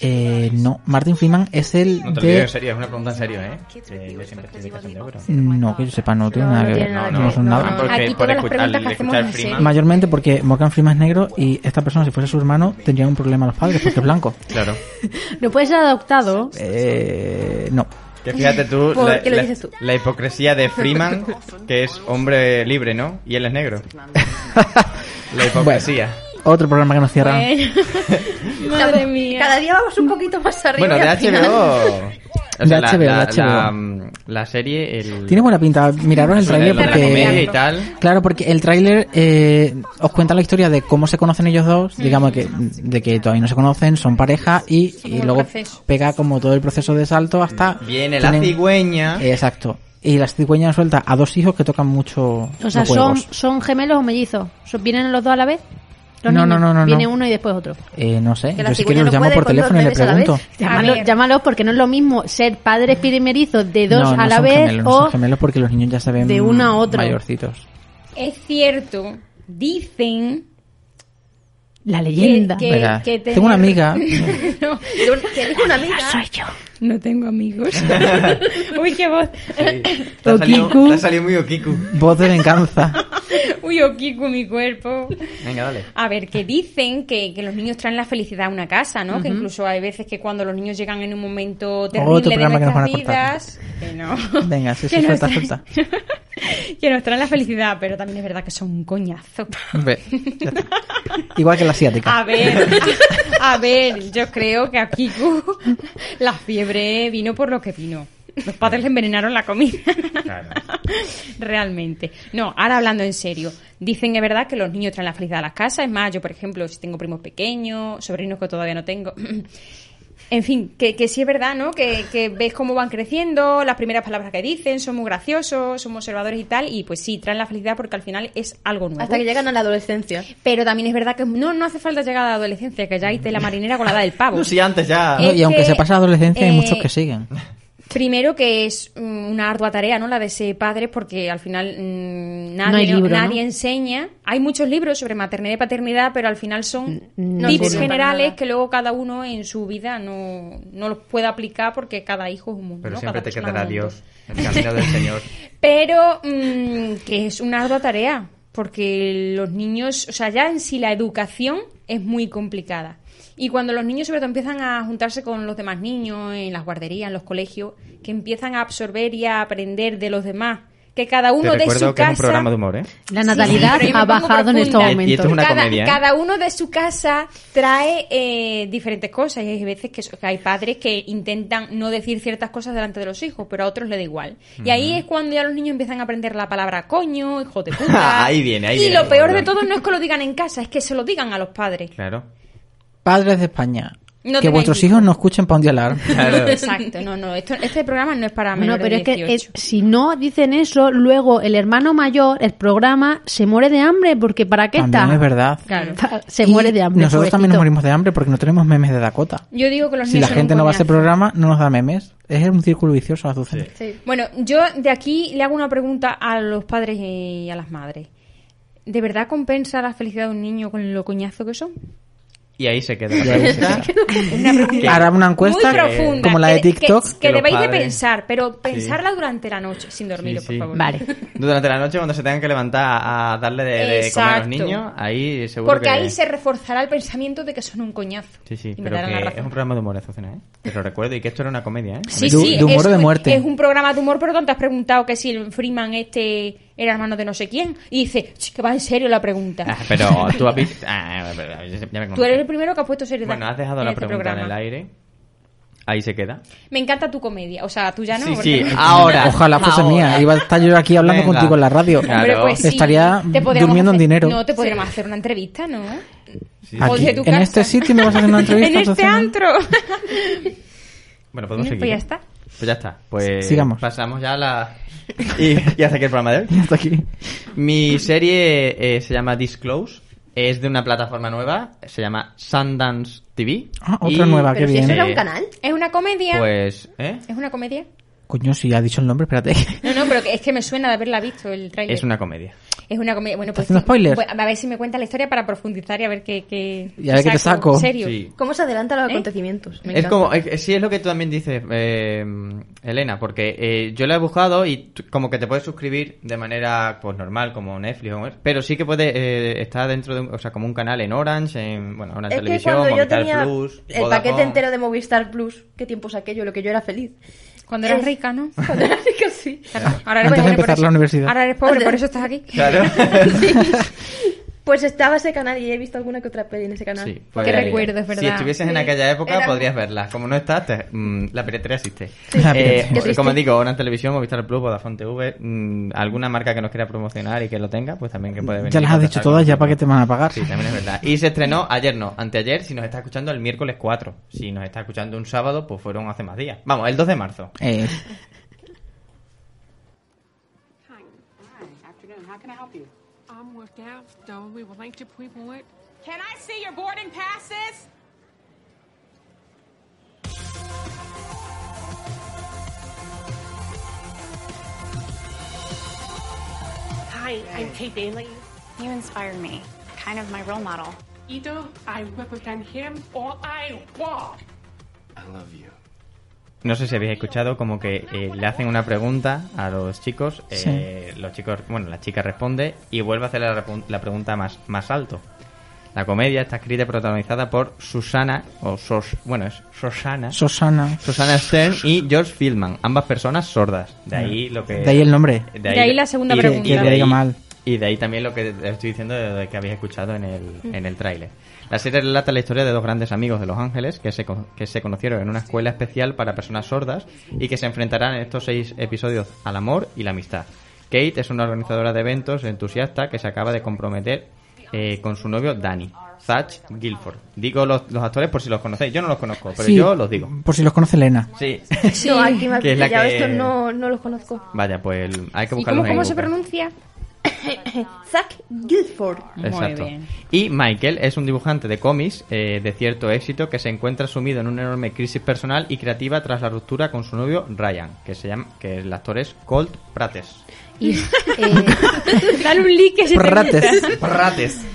S1: Eh, no, Martin Freeman es el
S7: No te lo digo en
S1: de...
S7: serio, es una pregunta en serio, ¿eh? Que yo siempre estoy de cachondeo, pero-
S1: No, que yo sepa, no tiene
S8: No,
S1: nada
S8: no
S1: que ver.
S8: tiene nada
S1: No,
S8: que ver,
S1: son
S8: no,
S1: nada.
S8: no.
S7: Porque
S5: Ah, Aquí
S7: por
S5: todas las
S7: escuchar-
S5: preguntas que
S7: al
S5: hacemos
S7: escuchar
S5: en
S7: Freeman-
S5: serie.
S1: Mayormente porque Morgan Freeman es negro y esta persona, si fuese su hermano, tendría un problema a los padres porque es
S7: (laughs)
S1: blanco.
S7: Claro.
S6: Lo puedes ser adoptado.
S1: Eh, no.
S5: (laughs)
S7: Que fíjate tú,
S8: ¿Por
S7: la,
S8: qué lo
S7: la-
S8: dices tú?
S7: la hipocresía de Freeman, que es hombre libre, ¿no? Y él es negro.
S5: (laughs)
S7: La hipocresía.
S1: Otro programa que nos cierran.
S8: Pues-
S5: (laughs) Madre mía.
S8: Cada día vamos un poquito más arriba.
S7: Bueno,
S8: y (laughs)
S7: de
S8: al final-
S7: HBO. O sea,
S1: De HBO,
S7: la,
S1: de
S7: la-
S1: HBO.
S7: la- la serie. El...
S1: Tiene buena pinta. Miraros el
S7: Lo de-
S1: tráiler
S7: lo de la comedia y
S1: porque...
S7: tal.
S1: Claro, porque el tráiler eh, os cuenta la historia de cómo se conocen ellos dos,
S8: Mm.
S1: digamos que de que todavía no se conocen, son pareja y, y
S5: el
S1: luego
S5: proceso.
S1: pega como todo el proceso de salto hasta
S7: Viene la
S1: tienen- Eh,
S7: cigüeña.
S1: Exacto. Y la cigüeña suelta a dos hijos que tocan mucho
S6: O sea,
S1: los
S6: son,
S1: huevos.
S6: son gemelos o mellizos. ¿Son- ¿Vienen los dos a la vez? Los
S1: No,
S6: niños.
S1: no, no, no,
S6: Viene
S1: no.
S6: uno y después otro.
S1: Eh, no sé.
S6: Que la
S1: Yo si que
S6: cigüeña no
S1: los llamo
S6: puede
S1: por
S6: con dos
S1: teléfono y le
S6: bebés a la
S1: pregunto.
S6: vez. Llámalo- llámalos porque no es lo mismo ser padres primerizos de dos
S1: no, no
S6: a la
S1: son
S6: vez
S1: gemelos, no
S6: o
S1: son gemelos porque los niños ya se ven
S6: de uno a otro.
S1: mayorcitos.
S5: Es cierto, dicen
S6: la leyenda.
S5: que,
S1: Venga,
S5: que
S1: tengo una amiga.
S5: (laughs) No, que tengo una amiga. soy yo. No
S1: (laughs)
S5: tengo amigos. Uy, qué voz.
S7: Te ha, salido, te ha salido muy Okiku.
S1: Voz de venganza.
S5: Uy, Okiku, mi cuerpo.
S7: Venga, dale.
S5: A ver, que dicen que, que los niños traen la felicidad a una casa, ¿no? Que
S1: Ujú.
S5: incluso hay veces que cuando los niños llegan en un momento
S1: Otro
S5: terrible de
S1: programa que nos van
S5: nuestras
S1: a cortar.
S5: vidas, que no.
S1: Venga, sí,
S5: (laughs) Que
S1: sí,
S5: no
S1: suelta,
S5: está-
S1: suelta.
S5: que nos traen la felicidad, pero también es verdad que son
S1: (laughs)
S5: un coñazo.
S1: Ve, ya está. Igual que la asiática.
S5: A ver, a ver, yo creo que a Kiku la fiebre vino por lo que vino. Los padres le envenenaron la comida. Realmente. No, ahora hablando en serio. Dicen, es verdad, que los niños traen la felicidad a las casas. Es más, yo, por ejemplo, si tengo primos pequeños, sobrinos que todavía no tengo. En fin, que, que sí es verdad, ¿no? Que, que ves cómo van creciendo, las primeras palabras que dicen, son muy graciosos, son muy observadores y tal. Y pues sí, traen la felicidad porque al final es algo nuevo.
S8: Hasta que llegan a la adolescencia.
S5: Pero también es verdad que no, no hace falta llegar a la adolescencia, que ya hay la marinera con la edad del pavo.
S7: (laughs) No, si antes ya.
S1: No, y
S5: es
S1: aunque
S5: que,
S1: se pasa la adolescencia, hay
S5: eh,
S1: muchos que siguen.
S5: Primero que es mm, una ardua tarea, ¿no? La de ser padres, porque al final mm, nadie,
S6: No hay libro,
S5: nadie
S6: ¿no?
S5: enseña. Hay muchos libros sobre maternidad y paternidad, pero al final son
S6: no
S5: tips
S6: sirven para
S5: generales
S6: nada.
S5: que luego cada uno en su vida no, no los puede aplicar porque cada hijo es un mundo.
S7: Pero
S5: ¿no?
S7: siempre
S5: Cada
S7: te
S5: persona es
S7: quedará
S5: un mundo.
S7: Dios, el camino
S5: (laughs)
S7: del Señor.
S5: Pero mm, que es una ardua tarea, porque los niños, o sea, ya en sí la educación es muy complicada. Y cuando los niños sobre todo empiezan a juntarse con los demás niños, en las guarderías, en los colegios, que empiezan a absorber y a aprender de los demás, que cada uno de
S7: te recuerdo
S5: su
S7: que es un programa
S5: casa...
S7: de humor, ¿eh?
S6: La natalidad
S5: pero yo me
S6: ha
S5: pongo
S6: bajado en estos
S5: profunda.
S6: momentos.
S7: Y esto es una
S5: cada,
S7: comedia, ¿eh?
S5: cada uno de su casa trae eh, diferentes cosas y hay veces que, so- que hay padres que intentan no decir ciertas cosas delante de los hijos, pero a otros le da igual. Y ahí es cuando ya los niños empiezan a aprender la palabra coño, hijo
S7: (laughs)
S5: de puta.
S7: Ahí viene, ahí
S5: y
S7: viene.
S5: lo peor de todo no es que lo digan en casa, es que se lo digan a los padres.
S7: Claro.
S1: Padres de España,
S5: No
S1: que
S5: tengáis
S1: vuestros
S5: hijos.
S1: hijos no escuchen para un
S6: (laughs)
S1: dialar.
S5: Exacto, no, no, esto- este programa no es para
S6: No,
S5: menores
S6: pero es
S5: de
S6: que
S5: 18.
S6: es- si no dicen eso, luego el hermano mayor, el programa, se muere de hambre porque ¿para qué
S1: También
S6: está?
S1: es verdad.
S5: Claro.
S6: Se muere de hambre.
S1: Nosotros también nos
S6: pobrecito.
S1: morimos de hambre porque no tenemos memes de Dakota.
S5: Yo digo que los
S1: Si la
S5: niños son un
S1: gente no va a ese
S5: coñazo.
S1: programa, no nos da memes. Es un círculo vicioso, Azucena.
S5: Bueno, yo de aquí le hago una pregunta a los padres y a las madres. ¿De verdad compensa la felicidad de un niño con lo coñazo que son?
S7: Y ahí se queda.
S1: Y
S7: la
S1: ahí se
S7: pregunta. Que-
S1: Hará una encuesta
S5: Muy profunda.
S1: como la de
S5: que- que-
S1: TikTok.
S5: Que,
S7: Que los
S5: debéis de
S7: padres-
S5: pensar, pero
S7: Sí.
S5: pensarla durante la noche, sin dormir,
S7: Sí,
S5: por
S7: sí.
S5: favor.
S7: (laughs) Durante la noche, cuando se tengan que levantar a darle de, de comer a
S5: Exacto.
S7: los niños, ahí seguro
S5: Porque
S7: que...
S5: ahí se reforzará el pensamiento de que son un coñazo.
S7: Sí, sí,
S5: y me
S7: pero
S5: darán
S7: que
S5: la
S7: es
S5: razón.
S7: un programa de humor, Azucena, ¿eh? Te lo recuerdo, y que esto era una comedia, ¿eh?
S5: Sí,
S1: De-
S5: sí,
S1: de humor
S5: es,
S1: o de
S5: un-
S1: muerte.
S5: Es un programa de humor, pero cuando has preguntado que si el Freeman este era hermano de no sé quién. Y dice, "Ch, que va en serio la pregunta.
S7: Ah,
S5: (laughs)
S7: pero tú has visto... Ah, pero ya me conoces.
S5: Tú eres el primero que ha puesto seriedad.
S7: Bueno, has dejado
S5: en
S7: la
S5: este
S7: pregunta
S5: programa.
S7: en el aire. Ahí se queda.
S5: Me encanta tu comedia. O sea, tú ya no.
S7: Sí,
S5: porque-
S7: sí, ahora.
S1: Ojalá fuese
S7: Ahora.
S1: mía. Iba a estar yo aquí hablando
S7: Venga.
S1: contigo en la radio.
S7: Hombre, pues
S5: sí.
S1: Estaría
S5: Te podríamos
S1: durmiendo en
S5: hacer-
S1: dinero.
S5: No, te podríamos hacer una entrevista, ¿no? O
S1: Aquí,
S5: desde tu
S1: en
S5: casa.
S1: este sitio me vas a
S5: (laughs)
S1: hacer una entrevista.
S5: en este
S1: Azucena?
S7: (laughs)
S5: antro.
S7: Bueno, podemos
S5: Pues
S7: seguir.
S5: ya está.
S7: Pues ya está. Pues
S1: Sigamos.
S7: Pasamos ya
S1: (laughs)
S7: a la... (laughs) Y, y hasta aquí el programa de hoy.
S1: (laughs) Hasta aquí.
S7: Mi serie eh, se llama Disclose. Es de una plataforma nueva. Se llama Sundance TV.
S1: Ah, otra nueva, Pero qué si bien. eso era un
S7: Eh,
S8: canal.
S5: Es una comedia.
S7: Pues... ¿eh?
S5: Es una comedia.
S1: Coño, si ya ha dicho el nombre, espérate. (laughs)
S5: No, no, pero que- es que me suena de haberla visto el trailer.
S7: Es una comedia.
S5: Es una comedia. Bueno, pues.
S1: haciendo
S5: sí.
S1: spoiler?
S5: Pues, a ver si me cuenta la historia para profundizar y a ver qué. qué
S1: Y a ver qué te saco.
S5: serio.
S7: Sí.
S8: ¿Cómo se adelantan los acontecimientos? Me
S7: es
S8: encanta.
S7: como, es- sí, es lo que tú también dices, eh, Elena, porque eh, yo la he buscado y tú- como que te puedes suscribir de manera pues normal, como Netflix, o- pero sí que puede eh, estar dentro de un, o sea, como un canal en Orange, en, bueno, Orange
S8: Es que
S7: Televisión,
S8: cuando yo
S7: Movistar
S8: tenía
S7: Plus,
S8: el
S7: Vodafone.
S8: paquete entero de Movistar Plus, qué tiempos aquello, lo que yo era feliz. (laughs)
S5: Cuando eras
S7: Eh.
S8: Es-
S5: rica,
S7: (laughs)
S5: ¿no?
S8: Cuando era rica, sí.
S5: Ahora
S1: Antes de
S5: pobre por
S1: empezar
S5: eso-
S1: la universidad.
S5: Ahora eres pobre, por eso estás aquí.
S7: Claro.
S8: (laughs)
S7: (laughs)
S8: Pues estaba ese canal y he visto alguna que otra peli en ese canal.
S7: Sí, pues,
S5: Qué recuerdos,
S7: Si
S5: ¿verdad?
S7: estuvieses en
S8: Sí.
S7: aquella época
S8: Era-
S7: podrías verla. Como no estás, te- mm, la piratería existe.
S1: La
S7: Eh,
S1: piratería
S8: existe.
S7: como digo, Orange Televisión, Movistar Plus, Vodafone TV, mm, alguna marca que nos quiera promocionar y que lo tenga, pues también que puede venir.
S1: Ya
S7: y
S1: las has dicho
S7: contactar con
S1: todas, ya para
S7: nosotros.
S1: qué te van a pagar.
S7: Sí, también es verdad. Y se estrenó ayer, no, anteayer, si nos está escuchando el miércoles 4. Si nos está escuchando un sábado, pues fueron hace más días. Vamos, el 2 de marzo.
S1: Eh,
S12: Hi, afternoon. How can I help you?
S13: I'm working out, so we would like to pre-board
S12: Can I see your boarding passes?
S13: Hi, I'm Kate Bailey. You inspire me, kind of my role model.
S12: Either I represent him or I walk.
S7: No sé si habéis escuchado como que eh, le hacen una pregunta a los chicos, eh, los chicos, bueno, la chica responde y vuelve a hacer la, repun- la pregunta más, más alto. La comedia está escrita y protagonizada por Susana, o Sos, bueno, es Susana.
S1: Susana.
S7: Susana Stern y George Fieldman, ambas personas sordas. De ahí lo que...
S1: De ahí el nombre.
S7: De
S5: De ahí la segunda
S7: y-
S5: pregunta.
S7: Y
S5: Que
S7: de,
S5: lo
S7: ahí,
S5: diga mal.
S7: y de ahí también lo que estoy diciendo de, de que habéis escuchado en el, en el tráiler. La serie relata la historia de dos grandes amigos de Los Ángeles que se, con- que se conocieron en una escuela especial para personas sordas y que se enfrentarán en estos seis episodios al amor y la amistad. Kate es una organizadora de eventos entusiasta que se acaba de comprometer eh, con su novio Danny, Zach Guilford. Digo los, los actores por si los conocéis. Yo no los conozco, pero
S1: Sí,
S7: yo los digo.
S1: Por si los conoce Elena.
S7: Sí.
S8: No, aquí me has
S7: Que es la
S8: pillado,
S7: que-
S8: estos no, no los conozco.
S7: (laughs) Vaya, pues hay que
S8: ¿Y
S7: buscarlos en Google.
S8: pronuncia? Zach Guilford.
S7: Exacto. Y Michael es un dibujante de cómics eh, de cierto éxito que se encuentra sumido en una enorme crisis personal y creativa tras la ruptura con su novio Ryan, que se llama, que el actor es Colt Prates.
S5: (laughs)
S6: Y, eh,
S5: Dale un like que se te (laughs)
S7: Prates.
S5: quita.
S7: Prates.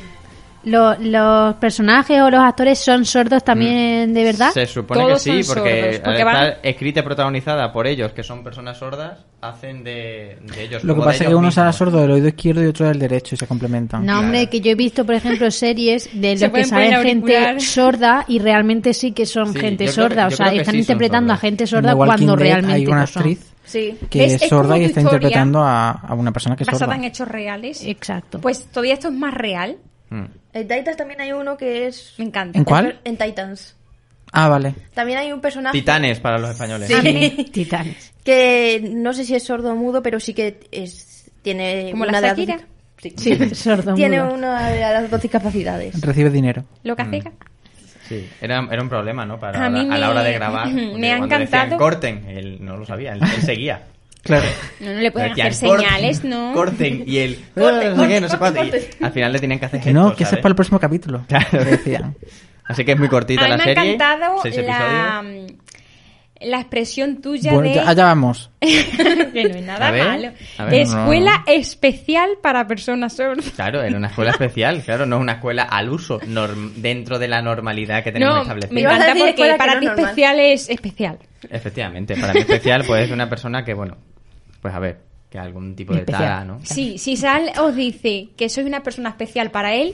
S6: Lo- los personajes o los actores son sordos también, de verdad.
S7: Se supone que sí, porque, al estar escrita y protagonizada por ellos, que son personas sordas, hacen de, de ellos.
S1: Lo que
S7: como de
S1: pasa es que
S7: ellos
S1: uno
S7: mismos.
S1: será sordo del oído izquierdo y otro del derecho y se complementan.
S6: No, hombre, que yo he visto, por ejemplo, series de
S5: Se
S6: los que
S5: pueden poner
S6: salen gente
S5: auricular.
S6: sorda y realmente sí que son
S1: Sí,
S6: gente
S1: yo creo que-
S6: sorda.
S1: yo
S6: o sea,
S1: creo que
S6: están
S1: sí son
S6: interpretando a
S1: sordas.
S6: gente
S1: En
S6: sorda
S1: The Walking
S6: cuando
S1: Dead
S6: realmente
S1: hay una
S6: no son.
S1: actriz
S5: Sí.
S1: que
S5: ¿Ves?
S1: es,
S5: Es como
S1: sorda y
S5: tu
S1: está
S5: historia.
S1: interpretando a, a una persona que es
S5: Basada
S1: sorda.
S5: en hechos reales.
S6: Exacto.
S5: Pues todavía esto es más real.
S7: Mm.
S8: En Titans también hay uno que es...
S5: Me encanta.
S1: ¿En cuál?
S8: En Titans.
S1: Ah, vale.
S8: También hay un personaje...
S7: Titanes para los españoles.
S8: Sí.
S6: (laughs)
S5: (laughs)
S6: Titanes.
S8: Que no sé si es sordo o mudo, pero sí que es, tiene
S5: Como
S8: una
S5: la
S8: de las
S5: Shakira.
S8: dos- Sí,
S6: Sí, sordo,
S8: Tiene
S6: mudo.
S8: una de las dos discapacidades.
S6: (laughs)
S1: Recibe dinero.
S5: Lo que hace
S7: Sí, era, era un problema, ¿no? Para,
S5: A
S7: a,
S5: mí me-
S7: la hora de grabar.
S5: (laughs) me
S7: porque
S5: ha
S7: cuando decían,
S5: encantado.
S7: corten, él no lo sabía, él, él
S5: (laughs)
S7: seguía.
S1: (laughs) Claro.
S5: No, no le pueden
S7: Decían,
S5: hacer
S7: "Corten,
S5: señales, ¿no?
S7: Corten, y él.
S5: (laughs) Corten,
S7: "Ah, no sé qué, no sé
S5: corten,
S7: cuánto", y
S5: corten.
S7: al final le tenían que hacer
S1: Que no,
S7: gestos,
S1: que eso es
S7: ¿sabes?
S1: para el próximo capítulo.
S7: (laughs) Claro.
S5: (laughs)
S7: Así que es muy cortita
S5: A mí
S7: la
S5: me ha
S7: serie.
S5: encantado
S7: seis
S5: la,
S7: episodios.
S5: la expresión tuya
S1: Bueno,
S5: de...
S1: ya, allá vamos.
S5: (laughs) que no es nada
S7: A ver,
S5: malo.
S7: a ver.
S5: Escuela especial para personas sordas.
S7: Claro, era una
S5: (laughs)
S7: escuela especial, claro, no es una escuela al uso, norm- dentro de la normalidad que tenemos
S5: No, me
S7: establecida.
S5: encanta porque
S8: escuela que
S5: para
S8: no
S5: ti
S8: es normal.
S5: especial es especial.
S7: Efectivamente, para mí especial, pues es una persona que, bueno, pues a ver, que algún tipo de
S5: Especial.
S7: tara, ¿no?
S5: Sí, si Sal os dice que sois una persona especial para él,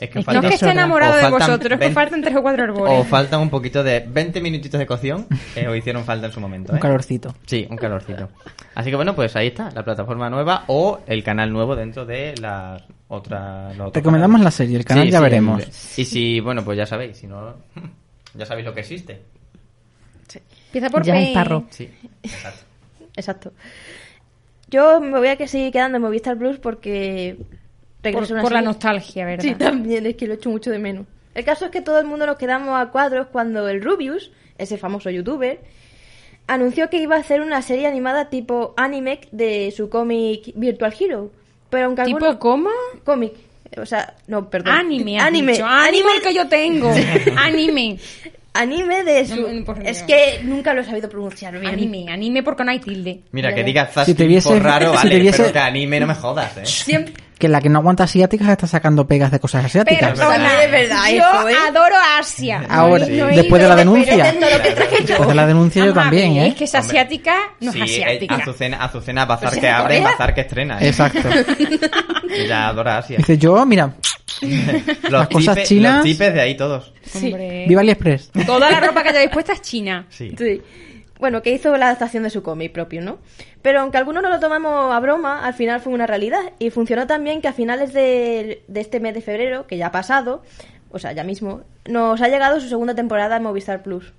S7: Es
S5: no es que esté
S7: o
S5: enamorado de
S7: faltan
S5: vosotros, es que
S7: 20
S5: faltan tres o cuatro
S7: O
S5: árboles.
S7: faltan un poquito de 20 minutitos
S1: (laughs)
S7: de cocción, eh, o hicieron falta en su momento.
S1: Un
S7: ¿eh?
S1: calorcito.
S7: Sí, un calorcito. Así que bueno, pues ahí está, la plataforma nueva o el canal nuevo dentro de las otras... los otros
S1: Recomendamos
S7: canales.
S1: la serie, el canal ya veremos.
S7: el- y si, bueno, pues ya sabéis, si no, (laughs) ya sabéis lo que existe.
S5: Empieza por
S8: Ya
S5: P.
S8: es tarro.
S7: Sí, exacto.
S8: Exacto. Yo me voy a que seguir quedando en Movistar Plus porque regreso
S5: Por-
S8: a una
S5: por la
S8: serie.
S5: nostalgia, ¿verdad?
S8: Sí, también, es que lo echo mucho de menos. El caso es que todo el mundo nos quedamos a cuadros cuando el Rubius, ese famoso youtuber, anunció que iba a hacer una serie animada tipo anime de su cómic Virtual Hero. Pero aunque
S5: ¿Tipo
S8: cómo? Cómic. O sea, no, perdón.
S5: Anime, has
S8: anime.
S5: dicho. Ánimo el que yo tengo. anime.
S8: (laughs) Anime de su...
S5: No, no, por
S8: es
S5: Dios.
S8: que nunca lo he sabido pronunciar bien.
S5: Anime, anime porque no hay tilde.
S7: Mira,
S8: Ya
S7: que
S8: ves.
S7: digas
S1: Si te viese-
S7: raro,
S1: si
S7: vale,
S1: te viese-
S7: pero que anime no me jodas, ¿eh?
S1: Que la que no aguanta asiáticas está sacando pegas de cosas asiáticas.
S5: Perdona,
S8: Es verdad
S5: yo
S8: eso, ¿eh?
S5: adoro Asia.
S1: Ahora,
S5: No, no he
S1: después de la
S5: ido.
S1: denuncia. Después de la denuncia yo
S5: Vamos a ver,
S1: también, ¿eh?
S5: Es que es asiática, no
S7: Sí,
S5: es asiática.
S7: eh, Azucena, Azucena, bazar
S5: Pues
S7: que
S5: en
S7: abre,
S5: Corea.
S7: bazar que estrena. ¿eh?
S1: Exacto.
S5: (laughs)
S7: Ella adora Asia.
S1: Dice yo, mira,
S7: Los (laughs)
S1: las cosas
S7: tipes-
S1: chinas-
S7: Los tipes de ahí todos.
S5: Hombre.
S1: viva AliExpress.
S5: Toda la ropa que hayáis puesta es china.
S7: Sí.
S8: Bueno, que hizo la adaptación de su cómic propio, ¿no? Pero aunque algunos no lo tomamos a broma, al final fue una realidad. Y funcionó también que a finales de, de este mes de febrero, que ya ha pasado, o sea, ya mismo, nos ha llegado su segunda temporada en Movistar Plus.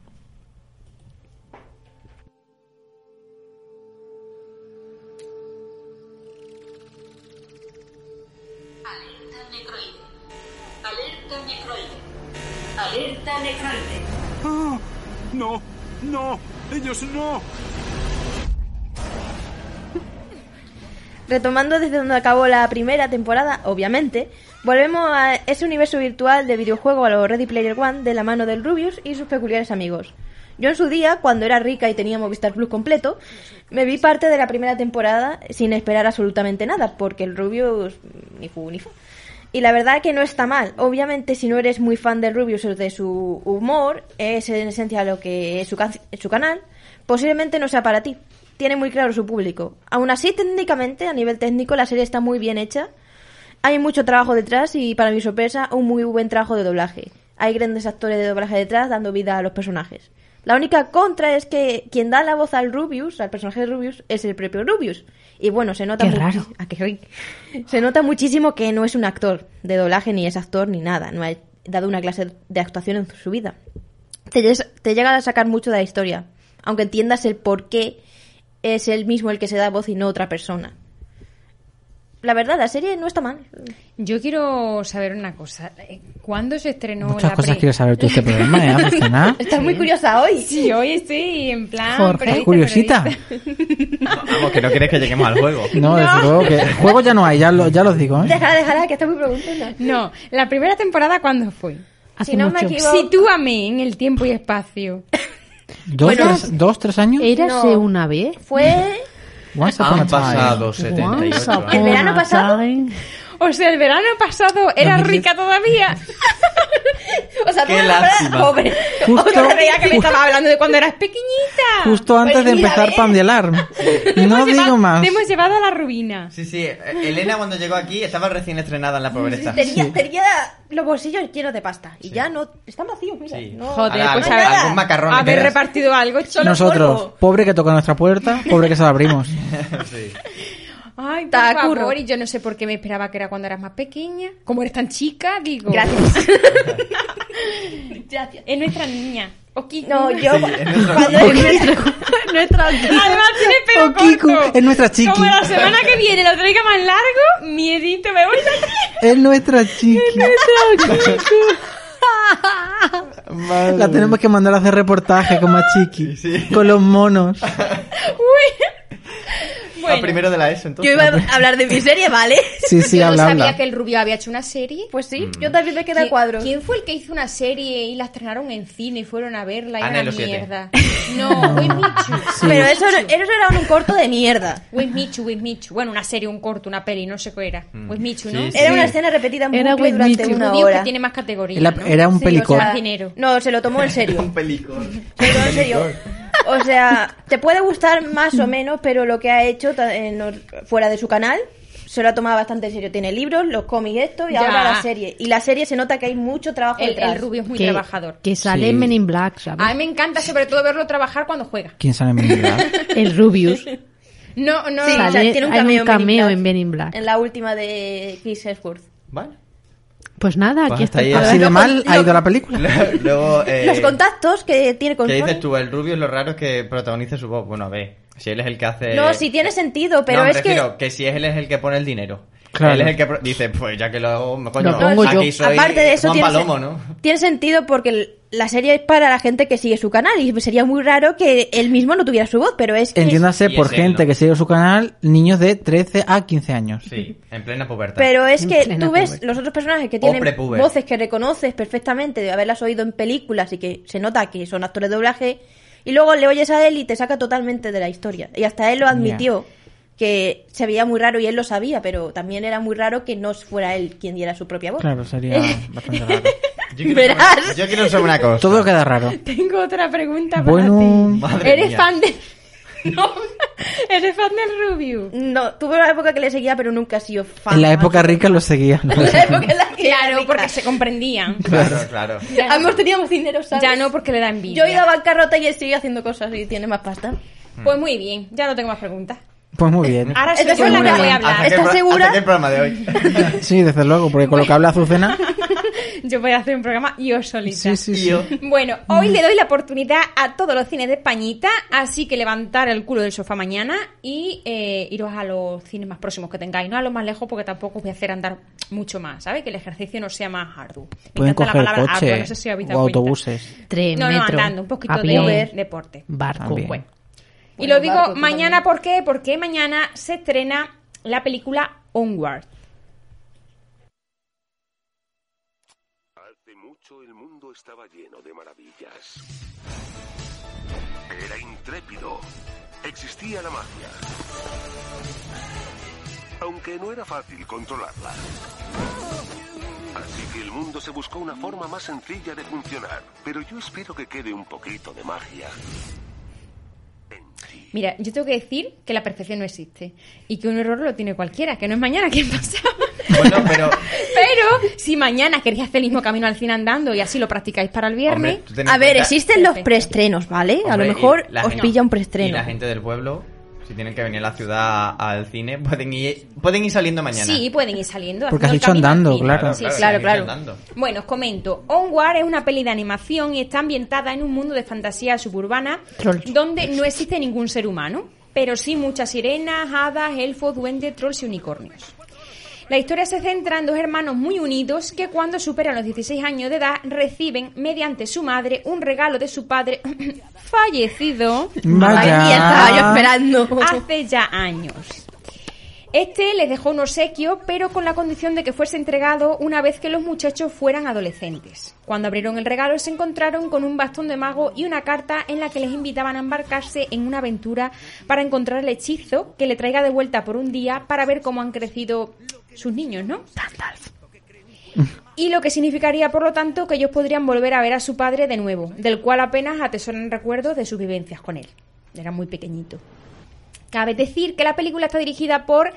S3: Alerta necroide. Alerta necroide. Alerta necroide.
S11: Ah, no, no, ellos no.
S8: Retomando desde donde acabó la primera temporada, obviamente, volvemos a ese universo virtual de videojuego a los Ready Player One de la mano del Rubius y sus peculiares amigos. Yo en su día, cuando era rica y tenía Movistar Plus completo, me vi parte de la primera temporada sin esperar absolutamente nada, porque el Rubius ni fu ni fu. Y la verdad que no está mal. Obviamente, si no eres muy fan del Rubius o de su humor, es en esencia lo que es su, can- su canal, posiblemente no sea para ti. Tiene muy claro su público. Aún así, técnicamente, a nivel técnico, la serie está muy bien hecha. Hay mucho trabajo detrás y, para mi sorpresa, un muy buen trabajo de doblaje. Hay grandes actores de doblaje detrás dando vida a los personajes. La única contra es que quien da la voz al Rubius, al personaje de Rubius, es el propio Rubius. Y bueno, se nota
S6: Qué
S8: muchi- (laughs)
S6: raro.
S8: Ah, qué rico. Se nota muchísimo que no es un actor de doblaje, ni es actor, ni nada. No ha dado una clase de actuación en su vida. Te, lles- te llegan a sacar mucho de la historia, aunque entiendas el por qué es él mismo el que se da voz y no otra persona. La verdad, la serie no está mal.
S5: Yo quiero saber una cosa. eh, ¿Cuándo se estrenó
S1: Muchas
S5: la
S1: cosas
S5: pre-
S1: quieres saber tú de
S5: (laughs)
S1: este programa, ¿eh, Azucena?
S8: Estás muy curiosa hoy.
S5: Sí, hoy estoy en plan...
S1: Jorge,
S5: periodista,
S1: curiosita.
S5: periodista.
S7: Vamos, que no quieres que lleguemos al juego.
S1: No, desde luego que... Juego ya no hay, ya, lo- ya los digo,
S5: (laughs)
S1: ¿eh?
S8: Déjala, déjala, que está muy preguntona.
S5: No, la primera temporada, ¿cuándo fue?
S6: Hace no me mucho. equivoco-
S5: Sitúame en el tiempo y espacio.
S1: ¿Dos,
S6: Bueno,
S1: tres, dos, tres años?
S5: Eh,
S6: Érase
S8: No.
S6: una vez.
S8: Fue
S1: Once upon a
S7: Han
S1: time.
S7: pasado
S6: Once
S7: 78
S6: upon
S7: años.
S8: ¿El verano
S6: a
S8: pasado?
S6: time.
S5: O sea, el verano pasado era
S1: 2010.
S5: rica todavía.
S8: O sea, tú
S7: Qué
S8: me la verdad-
S7: lástima.
S8: Hombre,
S1: (laughs) (laughs) Justo-
S8: otra creía que
S5: que
S8: me
S5: me
S8: estaba-
S5: estaba hablando de cuando eras pequeñita.
S1: Justo antes de
S8: Pues mira,
S1: empezar
S8: ¿ves?
S1: Pan de Alarm. No
S5: Te
S1: digo
S5: hemos llevado-
S1: más.
S5: Te hemos llevado a la ruina.
S7: Sí, sí. eh, Elena cuando llegó aquí estaba recién estrenada en la pobreza.
S8: Tenía, tenía los bolsillos llenos de pasta. Y ya no. Están vacíos, mira.
S7: Sí.
S8: no-
S5: Joder,
S7: Ahora,
S5: pues
S7: algún-
S5: a-
S7: algún macarrón
S5: Haber
S7: que das.
S5: repartido algo, cholo
S1: Nosotros,
S5: polvo.
S1: pobre que toca nuestra puerta, pobre que se la abrimos.
S8: (laughs)
S7: Sí.
S5: Ay, por
S8: Tacurro.
S5: favor, y yo no sé por qué me esperaba que era cuando eras más pequeña. Como eres tan chica, digo.
S8: Gracias. eh,
S5: Gracias. (laughs) Es nuestra niña. Oki.
S8: No, yo.
S7: es nuestro- (laughs)
S8: cuando
S5: nuestra Además tiene pelo
S1: Okiku,
S5: corto.
S1: es nuestra chiqui.
S5: Como la semana que viene lo traiga más largo, miedito, me voy de
S7: (laughs)
S5: aquí.
S1: Es nuestra chiqui. (laughs) La tenemos que mandar a hacer reportaje con más chiqui. Con los (laughs) monos.
S5: Uy. Bueno,
S7: Ah, primero de la ESO,
S8: (laughs) Yo
S7: entonces.
S8: iba a hablar de mi serie, ¿vale?
S1: Sí, sí,
S5: yo
S1: habla,
S5: no sabía
S1: habla.
S5: que el rubio había hecho una serie.
S8: Pues sí, yo también me quedé a
S5: ¿Qui-
S8: cuadro.
S5: ¿Quién fue el que hizo una serie y la estrenaron en cine y fueron a verla y
S7: Ana y
S5: era
S7: los
S5: una
S7: Ah, siete. (laughs)
S5: mierda? No, With Michu.
S8: Pero eso, no- eso era un corto de mierda.
S5: With Michu, With Michu. Bueno, una serie, un corto, una peli, no sé qué era. With Michu, ¿no?
S7: Mm. Sí, sí.
S8: Era una escena repetida en
S6: Era
S8: bucle
S6: With
S8: durante
S6: Me Too.
S8: una
S5: Rubio
S8: hora.
S5: que tiene más categoría.
S1: Era,
S5: ¿no?
S1: era un
S8: Sí,
S1: pelicor.
S8: o sea,
S5: Dinero.
S8: No, se lo tomó en serio.
S7: (laughs) Un pelicón.
S8: Se lo tomó en serio. O sea, te puede gustar más o menos, pero lo que ha hecho ta- en or- fuera de su canal se lo ha tomado bastante en serio. Tiene libros, los cómics, esto y
S5: Ya.
S8: ahora la serie. Y la serie se nota que hay mucho trabajo
S5: El,
S8: detrás.
S5: el rubio es muy
S6: que,
S5: trabajador. Ah,
S6: Que sale
S1: Sí.
S6: en Men in Black, ¿sabes?
S5: A mí me encanta sobre todo verlo trabajar cuando juega.
S1: ¿Quién sabe mi verdad?
S6: El
S5: (laughs)
S6: Rubius.
S5: No, no, (laughs)
S8: Sí,
S5: no.
S8: o sea,
S6: Sale-
S8: tiene un
S6: hay un
S8: cameo,
S6: cameo
S8: en,
S6: en Men in Black.
S8: En la última de Chris Hemsworth.
S7: Vale.
S6: Pues nada,
S7: Pues
S6: aquí
S7: hasta
S6: está.
S7: ahí
S1: Así
S7: era.
S1: de mal ha
S8: lo-
S1: ido la película.
S7: (laughs) Luego, eh,
S8: Los contactos que tiene con
S7: ¿Qué dices
S8: Sony.
S7: tú? El Rubius lo raro es que protagonice su voz. Bueno, a ver, si él es el que hace...
S8: No, sí tiene sentido,
S7: Eh,
S8: pero
S7: No, me
S8: es que
S7: refiero que... si él es el que pone el dinero.
S1: Claro.
S7: Él es el que pro- dice, pues ya que lo hago, me- coño,
S6: Lo pongo
S7: aquí
S6: yo.
S7: soy
S8: aparte de eso
S7: Juan
S8: tiene, sen-
S7: Palomo, ¿no?
S8: tiene sentido porque el- la serie es para la gente que sigue su canal y sería muy raro que él mismo no tuviera su voz, pero es que
S1: Entiéndase
S7: Y
S1: por
S7: es él,
S1: gente
S7: ¿no?
S1: que sigue su canal, niños de 13 a 15 años.
S7: Sí, en plena pubertad.
S8: pero es que
S6: En plena
S8: tú ves
S6: pubertad.
S8: los otros personajes que tienen
S7: prepuber.
S8: voces que reconoces perfectamente de haberlas oído en películas y que se nota que son actores de doblaje y luego le oyes a él y te saca totalmente de la historia y hasta él lo admitió que se veía muy raro y él lo sabía, pero también era muy raro que no fuera él quien diera su propia voz.
S1: Claro, sería bastante raro.
S7: Yo quiero,
S8: Verás.
S7: saber- yo quiero saber una cosa.
S1: Todo queda
S5: (laughs)
S1: raro.
S5: Tengo otra pregunta para
S1: Bueno,
S5: ti.
S7: Madre
S5: ¿Eres
S7: mía.
S5: fan de... (laughs) No, eres fan del Rubius.
S8: No, tuve una época que le seguía, pero nunca he sido fan.
S1: en la época rica lo seguía.
S5: (laughs)
S8: La época en la que era
S5: Claro,
S8: rica.
S5: porque se comprendían.
S7: Claro, claro.
S5: Ya no,
S8: Ambos teníamos dinero, (laughs) ¿sabes?
S5: Ya no, porque le da envidia.
S8: Yo he ido a bancarrota y él sigue haciendo cosas y tiene más pasta.
S7: Mm.
S5: Pues muy bien, ya no tengo más preguntas.
S1: Pues muy bien.
S5: Ahora soy
S8: Esta
S5: yo
S8: es
S5: la
S8: una-
S5: que voy a
S7: Hasta
S5: hablar.
S7: que el
S8: ¿Estás
S7: pro-
S8: segura?
S7: hasta que el programa de hoy.
S1: Sí, desde luego, porque con lo que habla
S5: (laughs)
S1: Azucena.
S5: Yo voy a hacer un programa yo solita.
S1: Sí, sí, sí.
S7: Tío.
S5: Bueno, hoy le doy la oportunidad a todos los cines de Españita, así que levantar el culo del sofá mañana y eh, iros a los cines más próximos que tengáis, no a los más lejos porque tampoco os voy a hacer andar mucho más, ¿sabes? Que el ejercicio no sea más arduo. Me
S1: Pueden
S5: encanta la
S1: coger
S5: palabra
S1: coche
S5: arduo, no sé si os habéis
S1: o
S5: dado cuenta.
S1: autobuses.
S8: Eh,
S6: Tren,
S5: No, no,
S6: metro,
S5: andando, un poquito
S6: avión,
S5: de deporte.
S6: barco.
S1: También.
S5: Bueno. Y
S8: Bueno,
S5: lo digo
S8: barco, tú
S5: mañana,
S8: también.
S5: ¿por qué? Porque mañana se estrena la película Onward.
S14: Hace mucho el mundo estaba lleno de maravillas. Era intrépido. Existía la magia. Aunque no era fácil controlarla. Así que el mundo se buscó una forma más sencilla de funcionar. Pero yo espero que quede un poquito de magia.
S5: Mira, yo tengo que decir que la perfección no existe y que un error lo tiene cualquiera, que no es mañana, que pasa?
S7: Bueno, pero.
S5: (laughs) Pero si mañana queréis hacer el mismo camino al cine andando y así lo practicáis para el viernes.
S7: Hombre, tú ten en
S8: A ver,
S7: cuenta-
S8: existen los
S5: Perfecto.
S8: preestrenos, ¿vale? a lo
S7: Hombre, y
S8: mejor
S7: la
S8: os
S7: gente-
S8: pilla un
S7: Y
S8: preestreno.
S7: la gente del pueblo, si tienen que venir a la ciudad al cine, pueden ir, pueden ir saliendo mañana.
S5: Sí, pueden ir saliendo.
S1: Porque has
S5: haciendo el
S1: dicho
S5: camino al
S1: andando,
S5: cine.
S1: claro.
S5: Sí,
S7: Claro,
S5: sí.
S7: claro, Claro, claro. andando.
S5: Bueno, os comento. Onward es una peli de animación y está ambientada en un mundo de fantasía suburbana
S6: Trolls.
S5: donde no existe ningún ser humano, pero sí muchas sirenas, hadas, elfos, duendes, trolls y unicornios. La historia se centra en dos hermanos muy unidos que cuando superan los 16 años de edad reciben mediante su madre un regalo de su padre (coughs) fallecido.
S1: Vaya.
S8: Y estaba yo esperando. (laughs)
S5: Hace ya años. Este les dejó un obsequio, pero con la condición de que fuese entregado una vez que los muchachos fueran adolescentes. Cuando abrieron el regalo se encontraron con un bastón de mago y una carta en la que les invitaban a embarcarse en una aventura para encontrar el hechizo que le traiga de vuelta por un día para ver cómo han crecido sus niños, ¿no? Y lo que significaría, por lo tanto, que ellos podrían volver a ver a su padre de nuevo, del cual apenas atesoran recuerdos de sus vivencias con él. Era muy pequeñito. Cabe decir que la película está dirigida por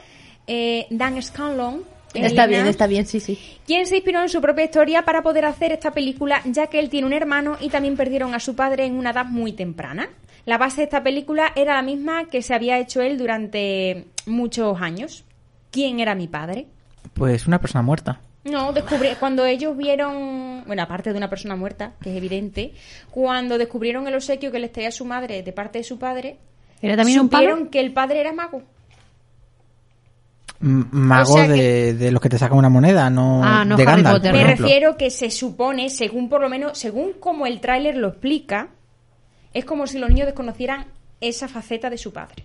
S5: eh, Dan Scanlon.
S8: Está
S5: Elena,
S8: bien, está bien, sí, sí.
S5: Quien se inspiró en su propia historia para poder hacer esta película, ya que él tiene un hermano y también perdieron a su padre en una edad muy temprana. La base de esta película era la misma que se había hecho él durante muchos años. ¿Quién era mi padre?
S1: Pues una persona muerta.
S5: No, descubrí, cuando ellos vieron, bueno, aparte de una persona muerta, que es evidente, cuando descubrieron el obsequio que les traía su madre de parte de su padre,
S6: ¿Era también un
S5: supieron
S6: palo?
S5: que el padre era mago.
S1: M- Mago
S5: O sea que-
S1: de, de los que te sacan una moneda, no,
S6: Ah, no
S1: de
S6: Harry
S1: Gandalf,
S6: Potter,
S1: por
S5: Me
S1: ejemplo.
S5: refiero que se supone, según por lo menos, según como el tráiler lo explica, es como si los niños desconocieran esa faceta de su padre.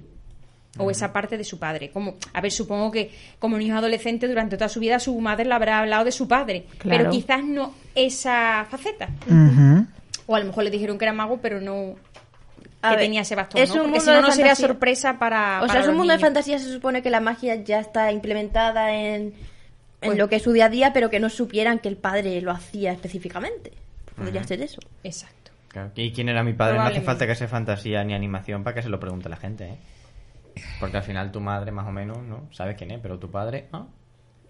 S5: O esa parte de su padre. Como, a ver, supongo que como niños adolescentes durante toda su vida su madre le habrá hablado de su padre. Pero
S6: Claro.
S5: quizás no esa faceta.
S1: Ujú.
S5: O a lo mejor le dijeron que era mago, pero no
S8: A
S5: que
S8: ver,
S5: tenía ese bastón.
S8: es
S5: ¿no?
S8: un
S5: Porque
S8: mundo
S5: si no,
S8: de
S5: no sería
S8: fantasía.
S5: sorpresa para.
S8: O sea,
S5: para
S8: es un
S5: los
S8: mundo de
S5: niños.
S8: fantasía, se supone que la magia ya está implementada en, en
S5: Pues
S8: lo que es su día a día, pero que no supieran que el padre lo hacía específicamente. Podría
S7: Ujú.
S8: ser eso.
S5: Exacto.
S7: Claro, ¿Y quién era mi padre? No hace
S5: Probablemente.
S7: falta que sea fantasía ni animación para que se lo pregunte la gente, ¿eh? Porque al final tu madre, más o menos, ¿no? Sabes quién es, pero tu padre, ¿ah?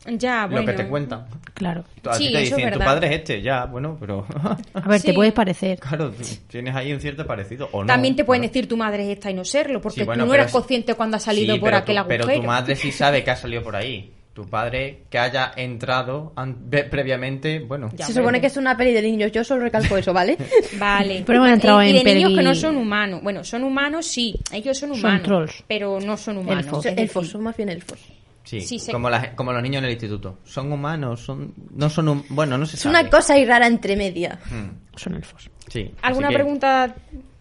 S5: Ya, Ah, bueno.
S7: Lo que te cuentan.
S6: Claro.
S7: A
S5: Sí,
S7: ti te
S5: eso es
S7: dicen, tu
S5: verdad.
S7: padre es este, ya, bueno, pero... (laughs)
S6: A ver,
S5: Sí.
S6: te puedes parecer.
S7: claro, tienes ahí un cierto parecido, ¿o no?
S5: También te pueden
S7: Claro.
S5: decir tu madre es esta y no serlo, porque
S7: Sí, bueno,
S5: tú no
S7: pero
S5: eras
S7: sí-
S5: consciente cuando has salido
S7: Sí,
S5: por
S7: pero
S5: aquel
S7: tu-
S5: agujero.
S7: Pero tu madre sí
S5: (laughs)
S7: sabe que ha salido por ahí. Tu padre que haya entrado an- ve- previamente, bueno.
S5: Ya,
S8: Se supone que es una peli de niños, yo solo recalco
S7: (laughs)
S8: eso, ¿vale?
S5: Vale.
S6: (laughs) Pero hemos entrado
S5: Eh, y de
S6: en
S5: niños que no
S6: peli-
S5: son humanos. Bueno, son humanos, sí. Ellos son
S6: Son
S5: humanos.
S6: trolls.
S5: Pero no son humanos.
S6: Elfos.
S5: es
S8: elfos,
S5: decir,
S8: son más bien elfos.
S7: Sí,
S5: sí, sé-
S7: como, la- como los niños en el instituto. Son humanos, son no son... hum- bueno, no se
S8: Es
S7: sabe.
S8: una cosa ahí rara entre media.
S7: Mm,
S6: Son elfos.
S7: Sí. así
S5: ¿Alguna
S7: que-
S5: pregunta?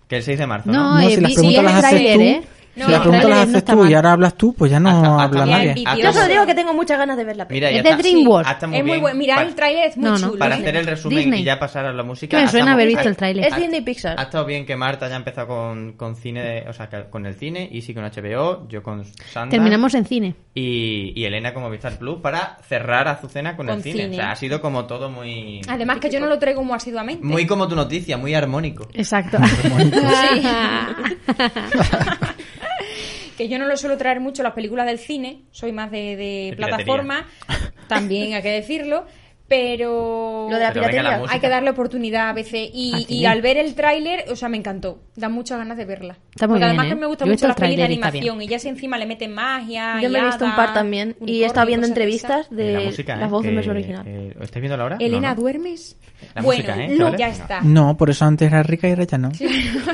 S7: Que el 6 de marzo, ¿no?
S6: No,
S1: No,
S6: eh,
S1: si las
S6: vi-
S1: preguntas
S6: vi el
S1: las haces
S6: tráiler,
S1: tú,
S6: ¿eh?
S1: si
S5: No,
S1: las
S5: el
S1: preguntas las
S6: tráiler no
S1: haces
S6: está
S1: tú y
S6: mal.
S1: ahora hablas tú, pues
S5: (laughs)
S1: ya no
S7: Hasta- hasta
S1: habla
S7: mal.
S1: nadie.
S5: Bien, vídeo.
S8: Yo solo digo que tengo muchas ganas de ver la peli.
S7: Mira, ya
S6: Es de
S7: está-
S6: DreamWorks.
S7: Ah, está muy
S5: es muy
S7: bien.
S5: bueno. Mirad
S7: Pa-
S5: el tráiler, es muy
S6: No, no.
S5: chulo. ¿eh?
S7: Para
S6: Disney.
S7: hacer el resumen
S6: Disney.
S7: y ya pasar a la música.
S6: Que me
S7: hasta
S6: suena
S7: mo-
S6: haber
S7: ha-
S6: visto el tráiler.
S8: Es Disney Pixar.
S7: Ha estado bien que Marta haya empezado con, con cine, de- o sea, que- con el cine, y sí con HBO, yo con Sandra.
S6: Terminamos en cine.
S7: Y, y Elena como Vistar Plus para cerrar Azucena con,
S5: Con
S7: el cine.
S5: cine.
S7: O sea, ha sido como todo muy...
S5: Además que yo no lo traigo muy asiduamente.
S7: Muy como tu noticia, muy armónico.
S6: Exacto.
S5: que yo no lo suelo traer mucho las películas del cine, soy más de, de
S7: De (laughs)
S5: plataforma, también hay que decirlo, pero
S8: Lo de la
S7: Pero venga, la
S8: piratería.
S7: música.
S5: hay que darle oportunidad a veces.
S6: Al
S5: Y, y
S6: cine.
S5: al ver el tráiler, o sea, me encantó, da muchas ganas de verla.
S6: Está muy
S5: Porque
S6: bien,
S5: además
S6: ¿eh?
S5: que me gusta
S6: Yo he
S5: mucho
S6: visto
S5: las
S6: el
S5: pelis de
S6: tráiler y está
S5: animación y ya se encima le meten magia.
S8: Yo me he
S5: y
S8: visto un
S5: hadas,
S8: par también y
S5: unicornio
S8: he estado viendo
S5: cosas de
S8: entrevistas
S5: esas.
S8: de
S7: la música,
S8: las
S7: ¿eh?
S8: voces
S7: Que-
S8: más original.
S7: que- ¿Estáis viendo la hora?
S5: Elena,
S7: No, no.
S5: ¿duermes?
S7: La
S5: bueno,
S7: música, ¿eh?
S5: no,
S7: Chavales,
S5: ya
S7: venga.
S5: está.
S1: No, por eso antes era rica y ahora ya no.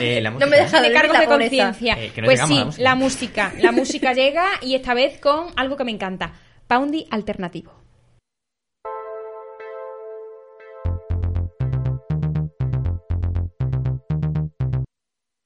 S7: Eh,
S5: (laughs)
S7: la
S8: me
S7: música,
S8: deja-
S7: ¿eh?
S5: de
S8: dormir,
S5: cargos
S8: la
S5: de
S8: pobreza.
S5: conciencia.
S7: Eh, que no
S5: pues
S7: llegamos
S5: sí,
S7: a la
S5: la música. La música llega y esta vez con algo que me encanta. Poundy alternativo.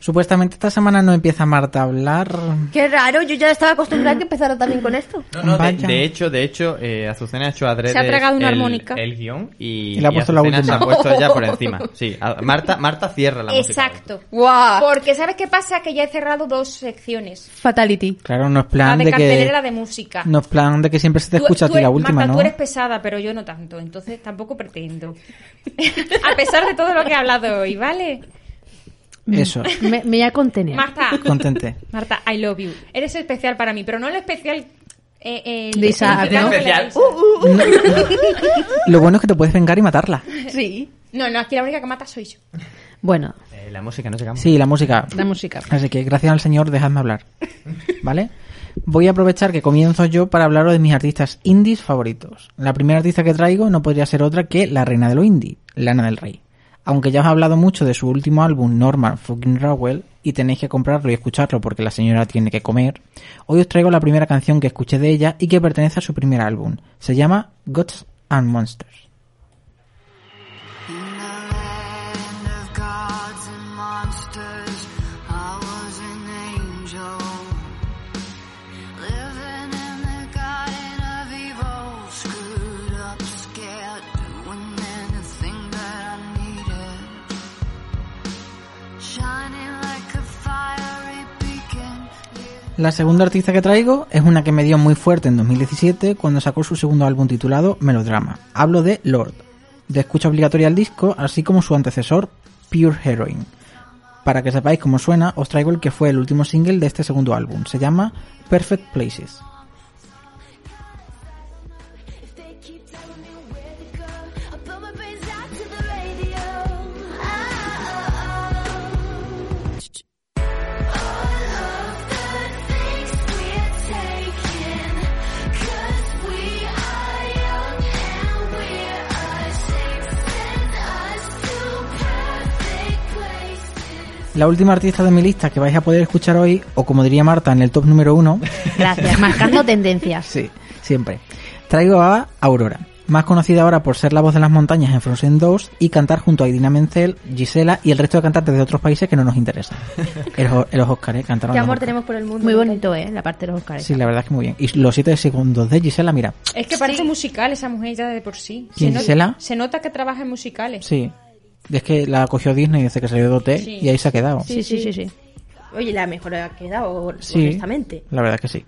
S1: Supuestamente esta semana no empieza Marta a hablar.
S8: Qué raro, yo ya estaba acostumbrada a que empezara también con esto.
S7: No, no, de, de hecho, de hecho, eh, Azucena ha hecho adrede
S5: Se ha tragado una
S7: el,
S5: armónica.
S7: el guión y,
S1: Y le ha
S7: y
S1: puesto la
S7: Azucena se ha
S1: última.
S5: (laughs)
S7: puesto ya por encima. Sí, a- Marta, Marta cierra la música.
S5: Exacto. Porque ¿sabes qué pasa? Que ya he cerrado dos secciones.
S6: Fatality.
S1: Claro, no es
S5: La
S1: plan
S5: de,
S1: de
S5: cartelera
S1: que
S5: de música.
S1: no es plan de que siempre se te
S5: Tú-
S1: escucha a
S5: tú
S1: ti la
S5: eres-
S1: última,
S5: Marta,
S1: ¿no?
S5: tú eres pesada, pero yo no tanto, entonces tampoco pretendo. (laughs) a pesar de todo lo que he hablado hoy, ¿vale?
S6: (laughs)
S5: (laughs)
S1: Eso.
S6: Me, me voy a contener.
S5: Marta.
S1: Contente.
S5: Marta, I love you. Eres especial para mí, pero no lo especial... Eh, eh,
S6: De Isa,
S5: el- el-
S6: ¿no?
S5: el- el-
S1: Lo bueno es que te puedes vengar y matarla.
S6: Sí.
S5: No, no, aquí la única que mata soy yo.
S6: Bueno,
S7: Eh, la música, no se cambia.
S1: Sí, la música.
S6: La música.
S1: Así que gracias al señor, dejadme hablar. ¿Vale? Voy a aprovechar que comienzo yo para hablaros de mis artistas indies favoritos. La primera artista que traigo no podría ser otra que la reina de los indie, Lana del Rey. Aunque ya os he hablado mucho de su último álbum, Norman Fucking Rockwell, y tenéis que comprarlo y escucharlo porque la señora tiene que comer, hoy os traigo la primera canción que escuché de ella y que pertenece a su primer álbum. Se llama Gods and Monsters.
S15: of gods and monsters. I was an angel, living in the garden of evil. Screwed up, scared, doing anything that I needed. Shining like a fiery beacon.
S1: La segunda artista que traigo es una que me dio muy fuerte en 2017 cuando sacó su segundo álbum titulado Melodrama. Hablo de Lord, de escucha obligatoria al disco, así como su antecesor, Pure Heroine. Para que sepáis cómo suena, os traigo el que fue el último single de este segundo álbum. Se llama Perfect Places.
S15: They keep telling me where to go. I put my brains out to the radio.
S1: La última artista de mi lista que vais a poder escuchar hoy, o como diría Marta en el top número uno,
S6: gracias. Marcando tendencias.
S1: Sí, siempre. Traigo a Aurora, más conocida ahora por ser la voz de las montañas en Frozen 2 y cantar junto a Idina Menzel, Gisela y el resto de cantantes de otros países que no nos
S8: (laughs)
S1: interesan. El, jo- los Oscar, ¿eh? Cantaron
S8: Qué
S1: los
S8: amor
S1: Oscar.
S8: tenemos por el mundo.
S6: Muy bonito, ¿eh? La parte de los Oscars.
S1: Sí, la verdad es que muy bien. Y los 7 segundos de Gisela, mira.
S5: Es que parece musical esa mujer ya de por sí.
S1: ¿Quién,
S5: se,
S1: Gisela?
S5: se nota que trabaja en musicales.
S1: Sí. Es que la cogió Disney desde que salió de OT
S5: Sí.
S1: y ahí se ha quedado.
S6: Sí, sí, sí, sí.
S8: Oye, la mejor ha quedado,
S1: Sí,
S8: honestamente.
S1: La verdad que sí.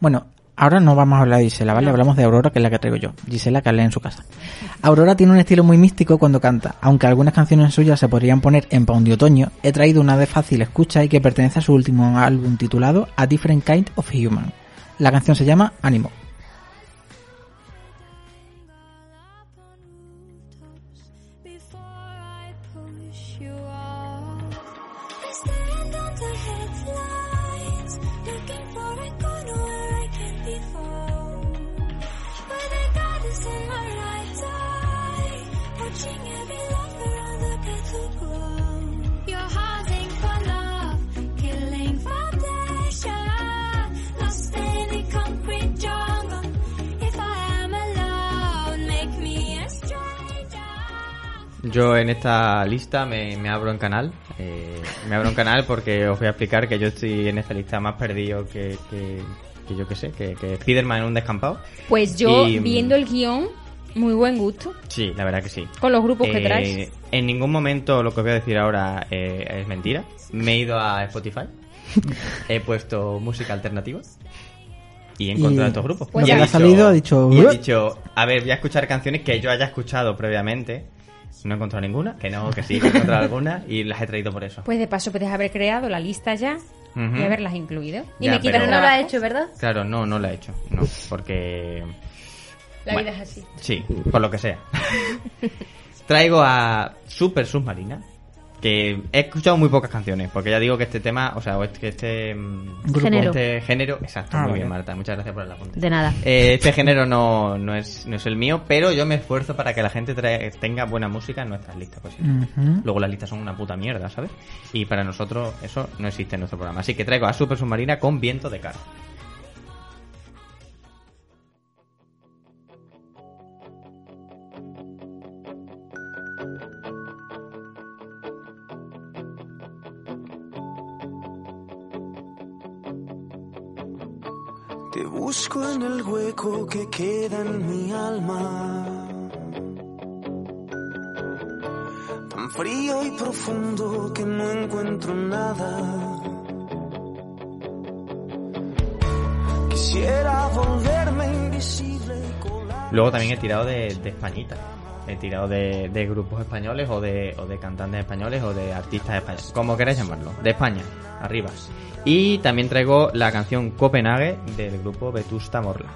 S1: Bueno, ahora no vamos a hablar de Gisela, ¿vale? Hablamos de Aurora, que es la que traigo yo. Gisela, que habla en su casa. Aurora tiene un estilo muy místico cuando canta. Aunque algunas canciones suyas se podrían poner en pan de otoño, he traído una de fácil escucha y que pertenece a su último álbum titulado A Different Kind of Human. La canción se llama Ánimo.
S15: Before I push you off, I stand on the headlines, looking for a corner where I can be found. Where the God is in my right eye, watching every lover on the battleground. You're holding for love, killing for pleasure, lost in the concrete jungle. If I am alone, make me a stranger.
S7: Yo en esta lista me, me abro en canal. eh, me abro en canal porque os voy a explicar que yo estoy en esta lista más perdido que, que, que yo que sé, que, que Spiderman en un descampado.
S5: Pues yo,
S7: Y, mm,
S5: viendo el guión, muy buen gusto.
S7: Sí, la verdad que sí.
S5: Con los grupos que
S7: Eh,
S5: traes.
S7: En ningún momento lo que os voy a decir ahora eh, es mentira. Me he ido a
S1: (laughs)
S7: Spotify, he puesto música alternativa y he encontrado
S1: Y
S7: estos grupos.
S1: lo
S7: Y
S1: que
S7: he
S1: le ha
S7: dicho-
S1: salido ha dicho,
S7: y he
S1: "Ué".
S7: dicho, a ver, voy a escuchar canciones que yo haya escuchado previamente. No he encontrado ninguna, que no, que sí, que
S1: (laughs)
S7: he encontrado algunas y las he traído por eso.
S5: Pues de paso puedes haber creado la lista ya
S7: Ujú.
S5: y haberlas incluido. Y
S7: Ya,
S5: me quitan
S7: pero-
S5: el
S7: Pero no lo
S8: ha
S5: trabajo.
S8: hecho, ¿verdad?
S7: Claro, no, no la he hecho. No, porque.
S5: La
S7: Bueno,
S5: vida es así.
S7: Sí, por lo que sea. (laughs) Traigo a Super Submarina, que he escuchado muy pocas canciones, porque ya digo que este tema, o sea, o este, que este, mm,
S6: Grupo. Género.
S7: este género, exacto,
S6: Ah,
S7: muy
S6: vale.
S7: bien Marta, muchas gracias por el apunte.
S6: De nada.
S7: Eh, este género no, no, es, no es el mío, pero yo me esfuerzo para que la gente trae- tenga buena música en nuestras listas. Pues,
S1: Ujú.
S7: Luego las listas son una puta mierda, ¿sabes? Y para nosotros eso no existe en nuestro programa. Así que traigo a Super Submarina con viento de cara.
S11: Te busco en el hueco que queda en mi alma. Tan frío y profundo que no encuentro nada. Quisiera volverme invisible y colar.
S7: Luego también he tirado de, de españitas. He tirado de, de grupos españoles o de, o de cantantes españoles o de artistas españoles. Como queráis llamarlo. De España. Arriba. Y también traigo la canción Copenhague del grupo Vetusta Morla.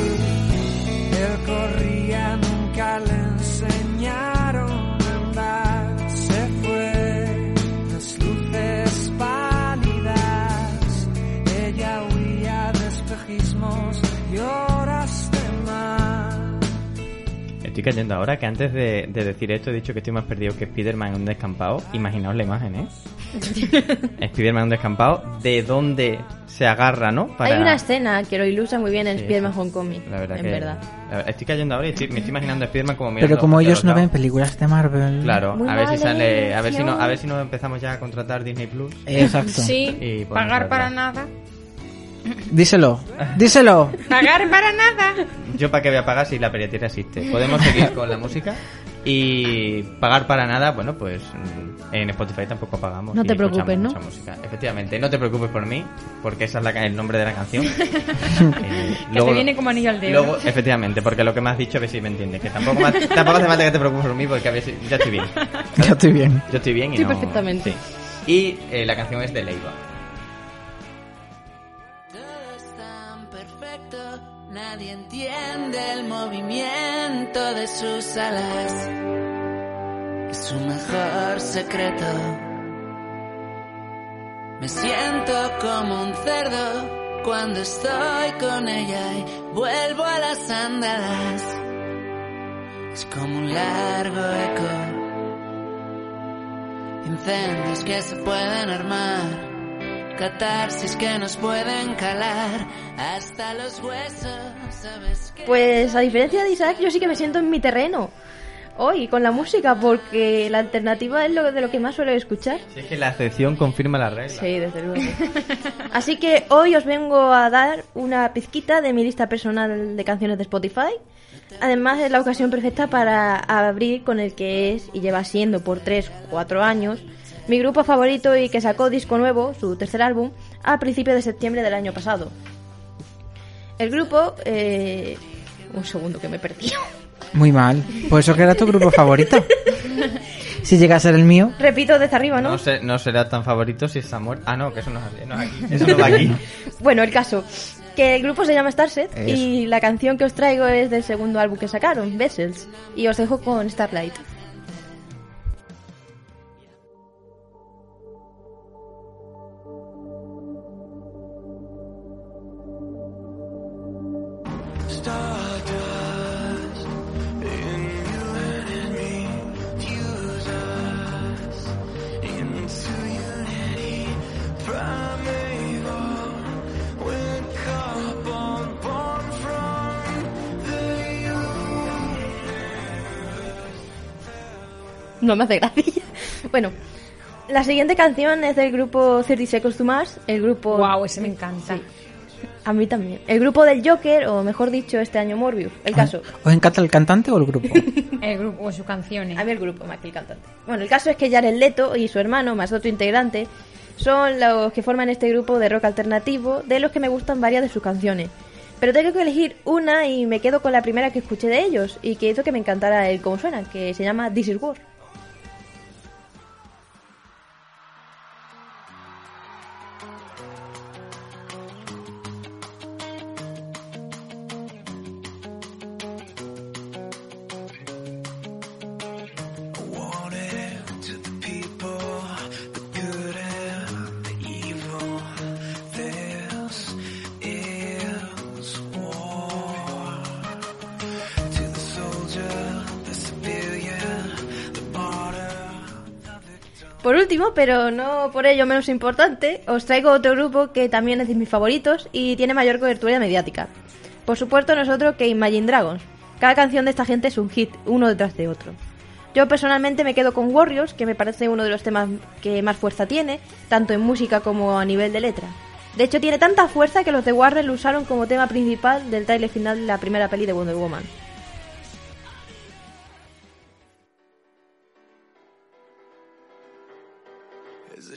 S11: Él corría, nunca le enseñaron a andar. Se fue, las luces pálidas. Ella huía de espejismos y horas de mar.
S7: Estoy cayendo ahora que antes de, de decir esto he dicho que estoy más perdido que Spiderman en un descampado. Imaginaos la imagen,
S8: (laughs)
S7: ¿eh? Spiderman en un descampado. ¿De dónde se agarra, no?
S8: Hay una escena que lo ilustra muy bien en
S7: Sí,
S8: Spiderman Homecoming.
S7: La verdad
S8: en
S7: que-
S8: verdad.
S7: la verdad- estoy cayendo ahora y estoy- me estoy imaginando a Spiderman como mirando
S1: Pero como
S7: hacia
S1: ellos
S7: los
S1: no
S7: lados.
S1: ven películas de Marvel.
S7: Claro,
S1: Muy
S7: a ver si
S5: mala
S7: sale, a ver si no,
S5: elección.
S7: a ver si nos empezamos ya a contratar Disney Plus.
S1: Exacto.
S5: Sí,
S7: Y podemos
S5: pagar
S7: verla.
S5: para nada.
S1: Díselo, díselo.
S5: Pagar para nada. (laughs)
S7: Yo para qué voy a pagar si la piratería existe. Podemos seguir con la música y pagar para nada, bueno, pues mm, en Spotify tampoco pagamos.
S6: No
S7: y
S6: te preocupes,
S7: escuchamos
S6: ¿no?
S7: mucha música. Efectivamente, no te preocupes por mí, porque esa es la ca- el nombre de
S5: (laughs)
S7: la canción. Eh,
S5: Que te viene como anillo al dedo.
S7: luego, efectivamente, porque lo que me has dicho, a ver si me entiendes. Que tampoco, me ha- tampoco hace falta que te preocupes por mí, porque a ver si ya estoy bien.
S1: (laughs) Ya estoy bien.
S7: Yo estoy bien y
S8: Sí,
S7: no-
S8: perfectamente.
S7: sí. Y eh, la canción es de Leiva.
S16: perfecto, nadie entiende el movimiento de sus alas. Es su mejor secreto. Me siento como un cerdo cuando estoy con ella y vuelvo a las andadas. Es como un largo eco. Incendios que se pueden armar, catarsis que nos pueden calar hasta los huesos, ¿sabes qué?
S8: Pues a diferencia de Isaac, yo sí que me siento en mi terreno hoy con la música porque la alternativa es lo de lo que más suelo escuchar.
S7: Si es que la excepción confirma la regla.
S8: Sí, desde luego. (laughs) Así que hoy os vengo a dar una pizquita de mi lista personal de canciones de Spotify. Además es la ocasión perfecta para abrir con el que es y lleva siendo por 3-4 años mi grupo favorito y que sacó disco nuevo, su tercer álbum, a principios de septiembre del año pasado. El grupo... eh, Un segundo que me perdí.
S1: Muy mal. Por eso que era tu grupo favorito. Si llega a ser el mío,
S8: (laughs) Repito desde arriba, ¿no?
S7: No, sé- no será tan favorito si está muerto. Ah, no, que eso no es, así, no es aquí. Eso no va aquí.
S8: Bueno, el caso. Que el grupo se llama Starset
S7: Eso.
S8: y la canción que os traigo es del segundo álbum que sacaron, Vessels. Y os dejo con Starlight.
S11: Stardust, in you and me, fuse us into unity. Primeval, we're carbon born from the
S8: No me hace gracia. (laughs) Bueno, la siguiente canción es del grupo 30 Seconds to Mars, el grupo...
S5: Wow, ese me encanta.
S8: A mí también. El grupo del Joker, o mejor dicho, este año Morbius.
S1: Ah.
S8: El caso.
S1: ¿os encanta el cantante o el grupo?
S8: El grupo o sus canciones. A mí el grupo, más que el cantante. Bueno, el caso es que Jared Leto y su hermano, más otro integrante, son los que forman este grupo de rock alternativo, de los que me gustan varias de sus canciones. Pero tengo que elegir una y me quedo con la primera que escuché de ellos y que hizo que me encantara el cómo suena, que se llama This is War.
S11: Warning to the people, the good and the evil. This is war. To the soldier, the civilian, the
S8: Por último, pero no por ello menos importante, os traigo otro grupo que también es de mis favoritos y tiene mayor cobertura mediática. Por supuesto, nosotros que Imagine Dragons. Cada canción de esta gente es un hit, uno detrás de otro. Yo personalmente me quedo con Warriors, que me parece uno de los temas que más fuerza tiene, tanto en música como a nivel de letra. De hecho, tiene tanta fuerza que los de Warriors lo usaron como tema principal del tráiler final de la primera peli de Wonder Woman.
S11: As a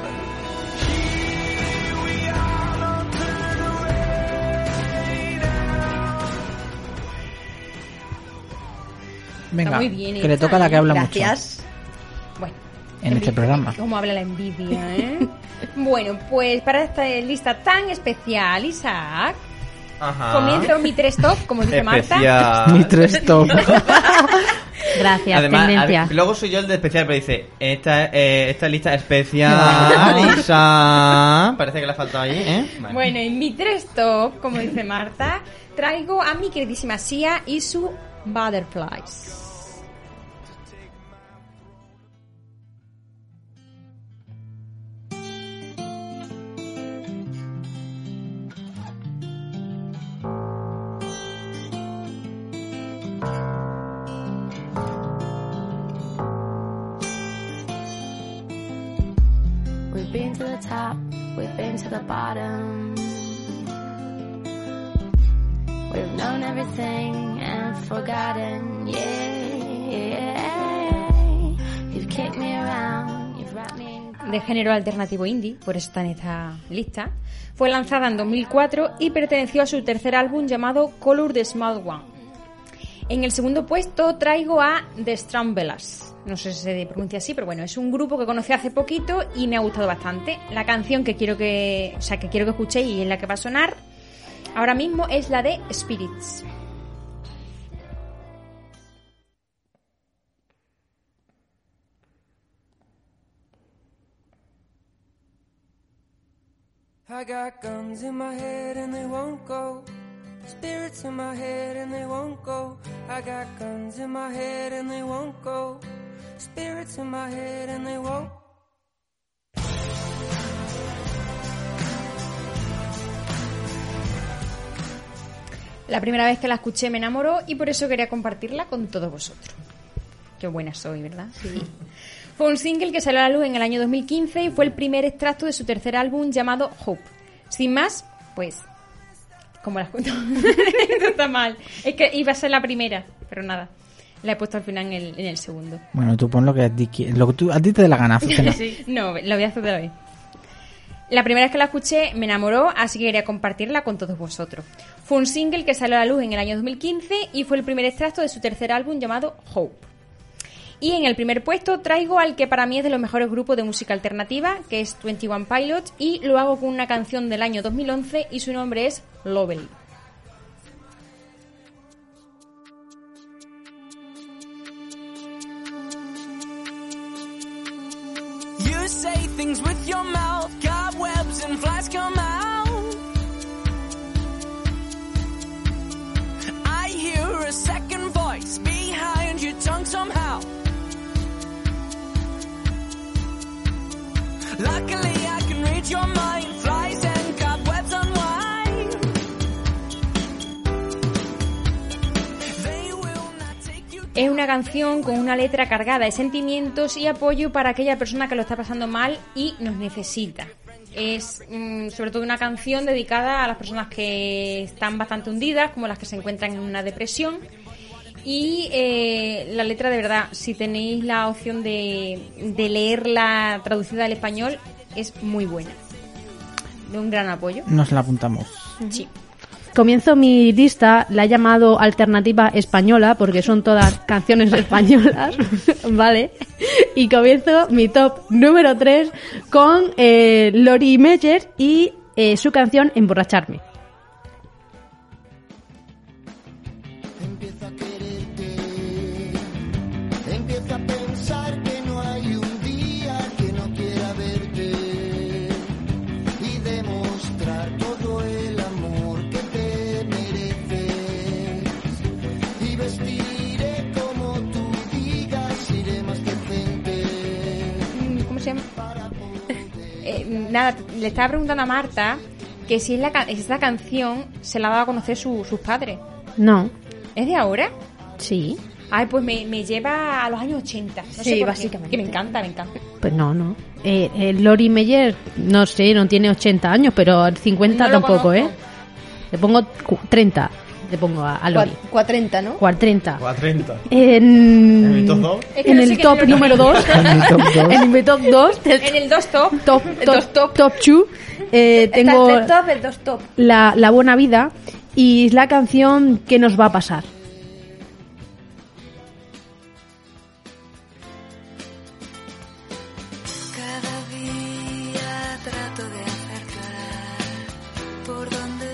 S11: Here we are, all turned away now.
S1: Venga,
S5: Está muy bien
S1: que le
S5: hecha,
S1: toca a la que
S5: ¿eh?
S1: habla
S5: Gracias. Bueno,
S1: mucho en
S5: (laughs)
S1: este programa. (laughs)
S5: cómo habla la (laughs) envidia, ¿eh? bueno, pues para esta lista tan especial, Isaac,
S7: (laughs) Ajá.
S5: comienzo mi tres top, como dice Marta.
S7: Ah. (laughs) Especial.
S1: Mi tres top.
S6: Gracias,
S7: Además,
S6: tendencia.
S7: a ver, luego soy yo el de especial, pero dice, esta, eh, esta lista (laughs) especial, Isa. Parece que le ha faltado ahí, ¿eh? Vale.
S5: Bueno, en mi tres top, como dice Marta, traigo a mi queridísima Sia y su Butterflies.
S17: We've been to the top, we've been to the bottom. We've known everything and forgotten, yeah. You've kicked me around, you've wrapped me in
S5: de género alternativo indie, por eso está en esta lista. Fue lanzada en 2004 y perteneció a su tercer álbum llamado Color the Small One. En el segundo puesto traigo a The Stranglers. No sé si se pronuncia así, pero bueno, es un grupo que conocí hace poquito y me ha gustado bastante. La canción que quiero que, o sea, que quiero que escuchéis y en la que va a sonar ahora mismo es la de Spirits.
S18: I got guns in my head and they won't go. Spirits in my head and they won't go. I got guns in my head and they won't go. Spirits in my head and they won't.
S5: La primera vez que la escuché me enamoró y por eso quería compartirla con todos vosotros. Qué buena soy, ¿verdad? Sí. (laughs) Fue un single que salió a la luz en el año 2015 y fue el primer extracto de su tercer álbum llamado Hope. Sin más, pues, como las cuento, (laughs) Esto está mal. Es que iba a ser la primera, pero nada. La he puesto al final en el, en el segundo.
S1: Bueno, tú pon lo que a ti, qui- lo que tú, a ti te dé la gana. Azucena.
S5: (laughs) No, la voy a hacer otra vez. La primera vez que la escuché me enamoró, así que quería compartirla con todos vosotros. Fue un single que salió a la luz en el año 2015 y fue el primer extracto de su tercer álbum llamado Hope. Y en el primer puesto traigo al que para mí es de los mejores grupos de música alternativa, que es 21 Pilots, y lo hago con una canción del año 2011 y su nombre es Lovely.
S19: You say things with your mouth, cobwebs and flies come out. I hear a second voice behind your tongue somehow. Luckily, I can read your mind. Flies and cobwebs unwind.
S5: Es una canción con una letra cargada de sentimientos y apoyo para aquella persona que lo está pasando mal y nos necesita. Es mm, sobre todo una canción dedicada a las personas que están bastante hundidas, como las que se encuentran en una depresión. Y eh, la letra, de verdad, si tenéis la opción de, de leerla traducida al español, es muy buena. De un gran apoyo.
S1: Nos la apuntamos.
S5: Sí.
S6: Comienzo mi lista, la he llamado alternativa española porque son todas (laughs) canciones españolas, (laughs) ¿vale? Y comienzo mi top número 3 con eh, Lori Meyer y eh, su canción Emborracharme.
S5: Mm, Eh, nada, le estaba preguntando a Marta que si es la ca- esta canción se la daba a conocer su- sus padres.
S6: No.
S5: ¿Es de ahora?
S6: Sí.
S5: Ay, pues me, me lleva a los años 80. No sé
S6: Sí,
S5: por qué,
S6: básicamente.
S5: Que me encanta, me encanta.
S6: Pues no, no. Eh, eh, Lori Meyer, no sé, no tiene 80 años, pero el 50
S8: No lo
S6: tampoco,
S8: conozco.
S6: ¿eh? Le pongo cu- 30. Le pongo a, a Lori.
S8: 430, ¿no?
S6: 430.
S7: 430.
S6: En,
S7: ¿En el top dos? Es que
S6: en
S7: no
S6: el
S7: sé qué
S6: top
S7: número
S6: número 2.
S7: En el top dos.
S6: En el top 2.
S7: (laughs)
S5: En el 2 top.
S6: Top, top, top, two, eh, tengo
S8: Está el top, el dos top.
S6: la, la Buena Vida y la canción que nos va a pasar.
S15: Cada día trato de acertar por donde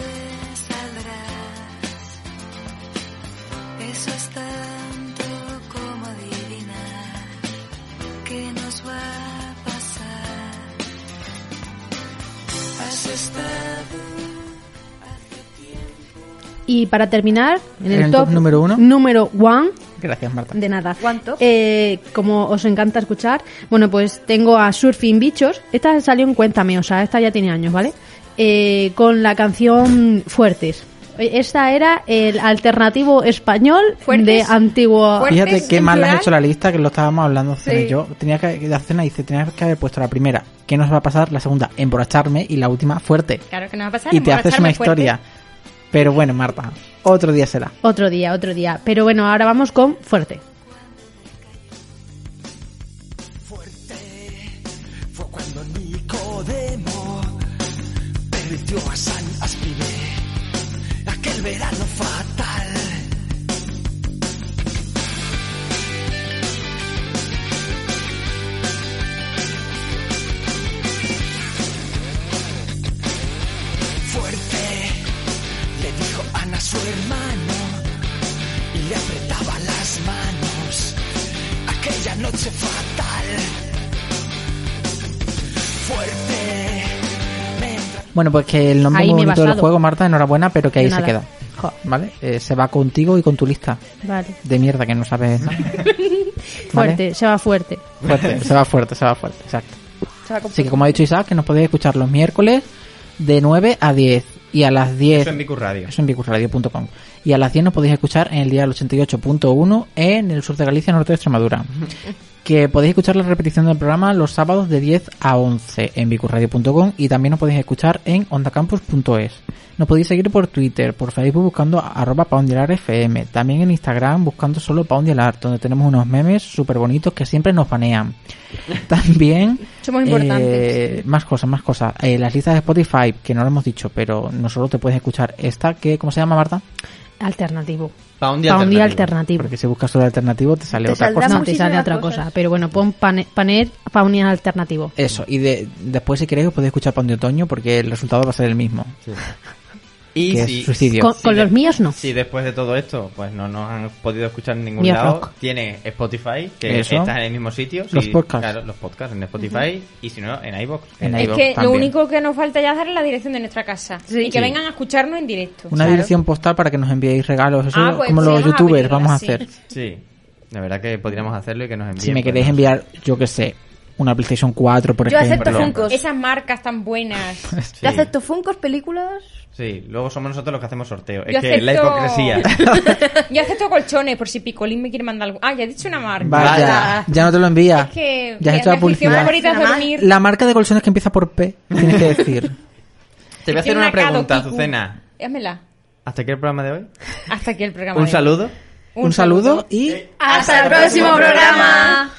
S15: saldrás. Eso es tanto como adivinar qué nos va a pasar. Has estado
S6: Y para terminar, en el,
S1: En el top número uno.
S6: número one,
S1: Gracias, Marta.
S6: de nada. Eh, como os encanta escuchar, bueno, pues tengo a Surfing Bichos. Esta salió en Cuéntame, o sea, esta ya tiene años, ¿vale? Eh, con la canción Fuertes. Esta era el alternativo español de antiguo.
S1: Fíjate qué mal has hecho la lista, que lo estábamos hablando Zoe
S6: Sí.
S1: y yo. Tenía que que la cena dice, tenías que haber puesto la primera, ¿qué nos va a pasar? La segunda, emborracharme y la última, fuerte.
S5: Claro que nos va a pasar.
S1: Y te haces
S5: emborracharme
S1: una
S5: fuerte.
S1: historia. Pero bueno, Marta, otro día será.
S6: Otro día, otro día. Pero bueno, ahora vamos con Fuerte.
S11: Fue cuando Nicodemo perdió a San Aspiré. Aquel verano fatal. Fuerte le dijo Ana a su hermano y le apretaba las manos. Aquella noche fatal fuerte.
S1: Bueno, pues que el nombre
S6: Ahí me
S1: muy
S6: he
S1: bonito del
S6: basado.
S1: juego, Marta, enhorabuena, pero que ahí
S6: Nada.
S1: se queda.
S6: Jo.
S1: ¿Vale? Eh, se va contigo y con tu lista.
S6: Vale.
S1: De mierda que no sabes. nada.
S6: Fuerte, se va fuerte.
S1: Fuerte, se va fuerte, se va fuerte, exacto.
S6: Se va con
S1: Así que como ha dicho Isaac, que nos podéis escuchar los miércoles de 9 a 10 y a las 10...
S7: Eso en Vicus Radio.
S1: Eso en vicusradio.com. Y a las 10 nos podéis escuchar en el día 88.1 en el sur de Galicia, norte de Extremadura. Que podéis escuchar la repetición del programa los sábados de 10 a 11 en vicusradio.com y también nos podéis escuchar en ondacampus.es. Nos podéis seguir por Twitter, por Facebook buscando a- arroba paundialarfm, también en Instagram buscando solo paundialar, donde tenemos unos memes súper bonitos que siempre nos banean. También...
S5: Somos importantes.
S1: eh, más cosas, más cosas. Eh, las listas de Spotify, que no lo hemos dicho, pero nosotros te puedes escuchar esta, que ¿cómo se llama, Marta?
S6: Alternativo.
S7: Pa' un día
S6: Pa' un día
S7: alternativo.
S6: alternativo.
S1: Porque si buscas solo alternativo te sale otra cosa.
S6: No, te sale otra cosa. Pero bueno, pon pane- paner, pa' un día alternativo.
S1: Eso, y de, después si queréis os podéis escuchar Pan de Otoño porque el resultado va a ser el mismo.
S7: Y
S1: Que es
S7: si-
S1: suicidio.
S6: Con- con
S7: de-
S6: los míos, no.
S7: Si después de todo esto, pues no nos han podido escuchar en ningún
S1: Míos
S7: lado,
S1: rock.
S7: tiene Spotify, que
S1: Eso.
S7: está en el mismo sitio.
S1: Los
S7: si-
S1: podcasts.
S7: Claro, los podcasts en Spotify y si no, en iVoox.
S1: En
S5: Es
S1: iVoox
S5: que lo
S1: también.
S5: único que nos falta ya es dar la dirección de nuestra casa. Y
S1: Sí.
S5: que vengan a escucharnos en directo.
S1: Una dirección postal para que nos enviéis regalos, eso
S5: Ah, pues
S1: como los
S5: podríamos
S1: youtubers
S5: abrirla,
S1: vamos a
S5: sí.
S1: hacer.
S7: Sí, la verdad que podríamos hacerlo y que nos envíen.
S1: Si me
S7: pues,
S1: queréis
S7: no.
S1: enviar, yo que sé, una PlayStation 4, por
S8: Yo
S1: ejemplo.
S8: acepto Funkos.
S5: Esas marcas tan buenas.
S1: (laughs)
S7: Sí.
S8: Yo acepto Funkos, películas.
S7: Sí, luego somos nosotros los que hacemos sorteo. Es
S5: Yo
S7: que la
S5: acepto- (laughs)
S7: hipocresía.
S5: Yo acepto colchones por si Picolín me quiere mandar algo. Ah, ya he dicho una marca.
S1: Vaya, ya no te lo envía.
S5: Es que
S1: ya has
S5: mi-
S1: hecho la
S5: mi afición
S1: publicidad.
S5: favorita es dormir.
S1: La marca de colchones que empieza por P, tienes
S5: (laughs)
S1: que decir.
S7: Te voy a hacer
S5: Tiene
S7: una
S5: cara,
S7: pregunta,
S5: Kiku.
S7: Azucena.
S5: Házmela.
S7: ¿Hasta qué el programa de hoy?
S5: Hasta aquí el programa.
S7: Un
S5: de hoy.
S7: saludo.
S1: Un, saludo y...
S5: Hasta el próximo programa.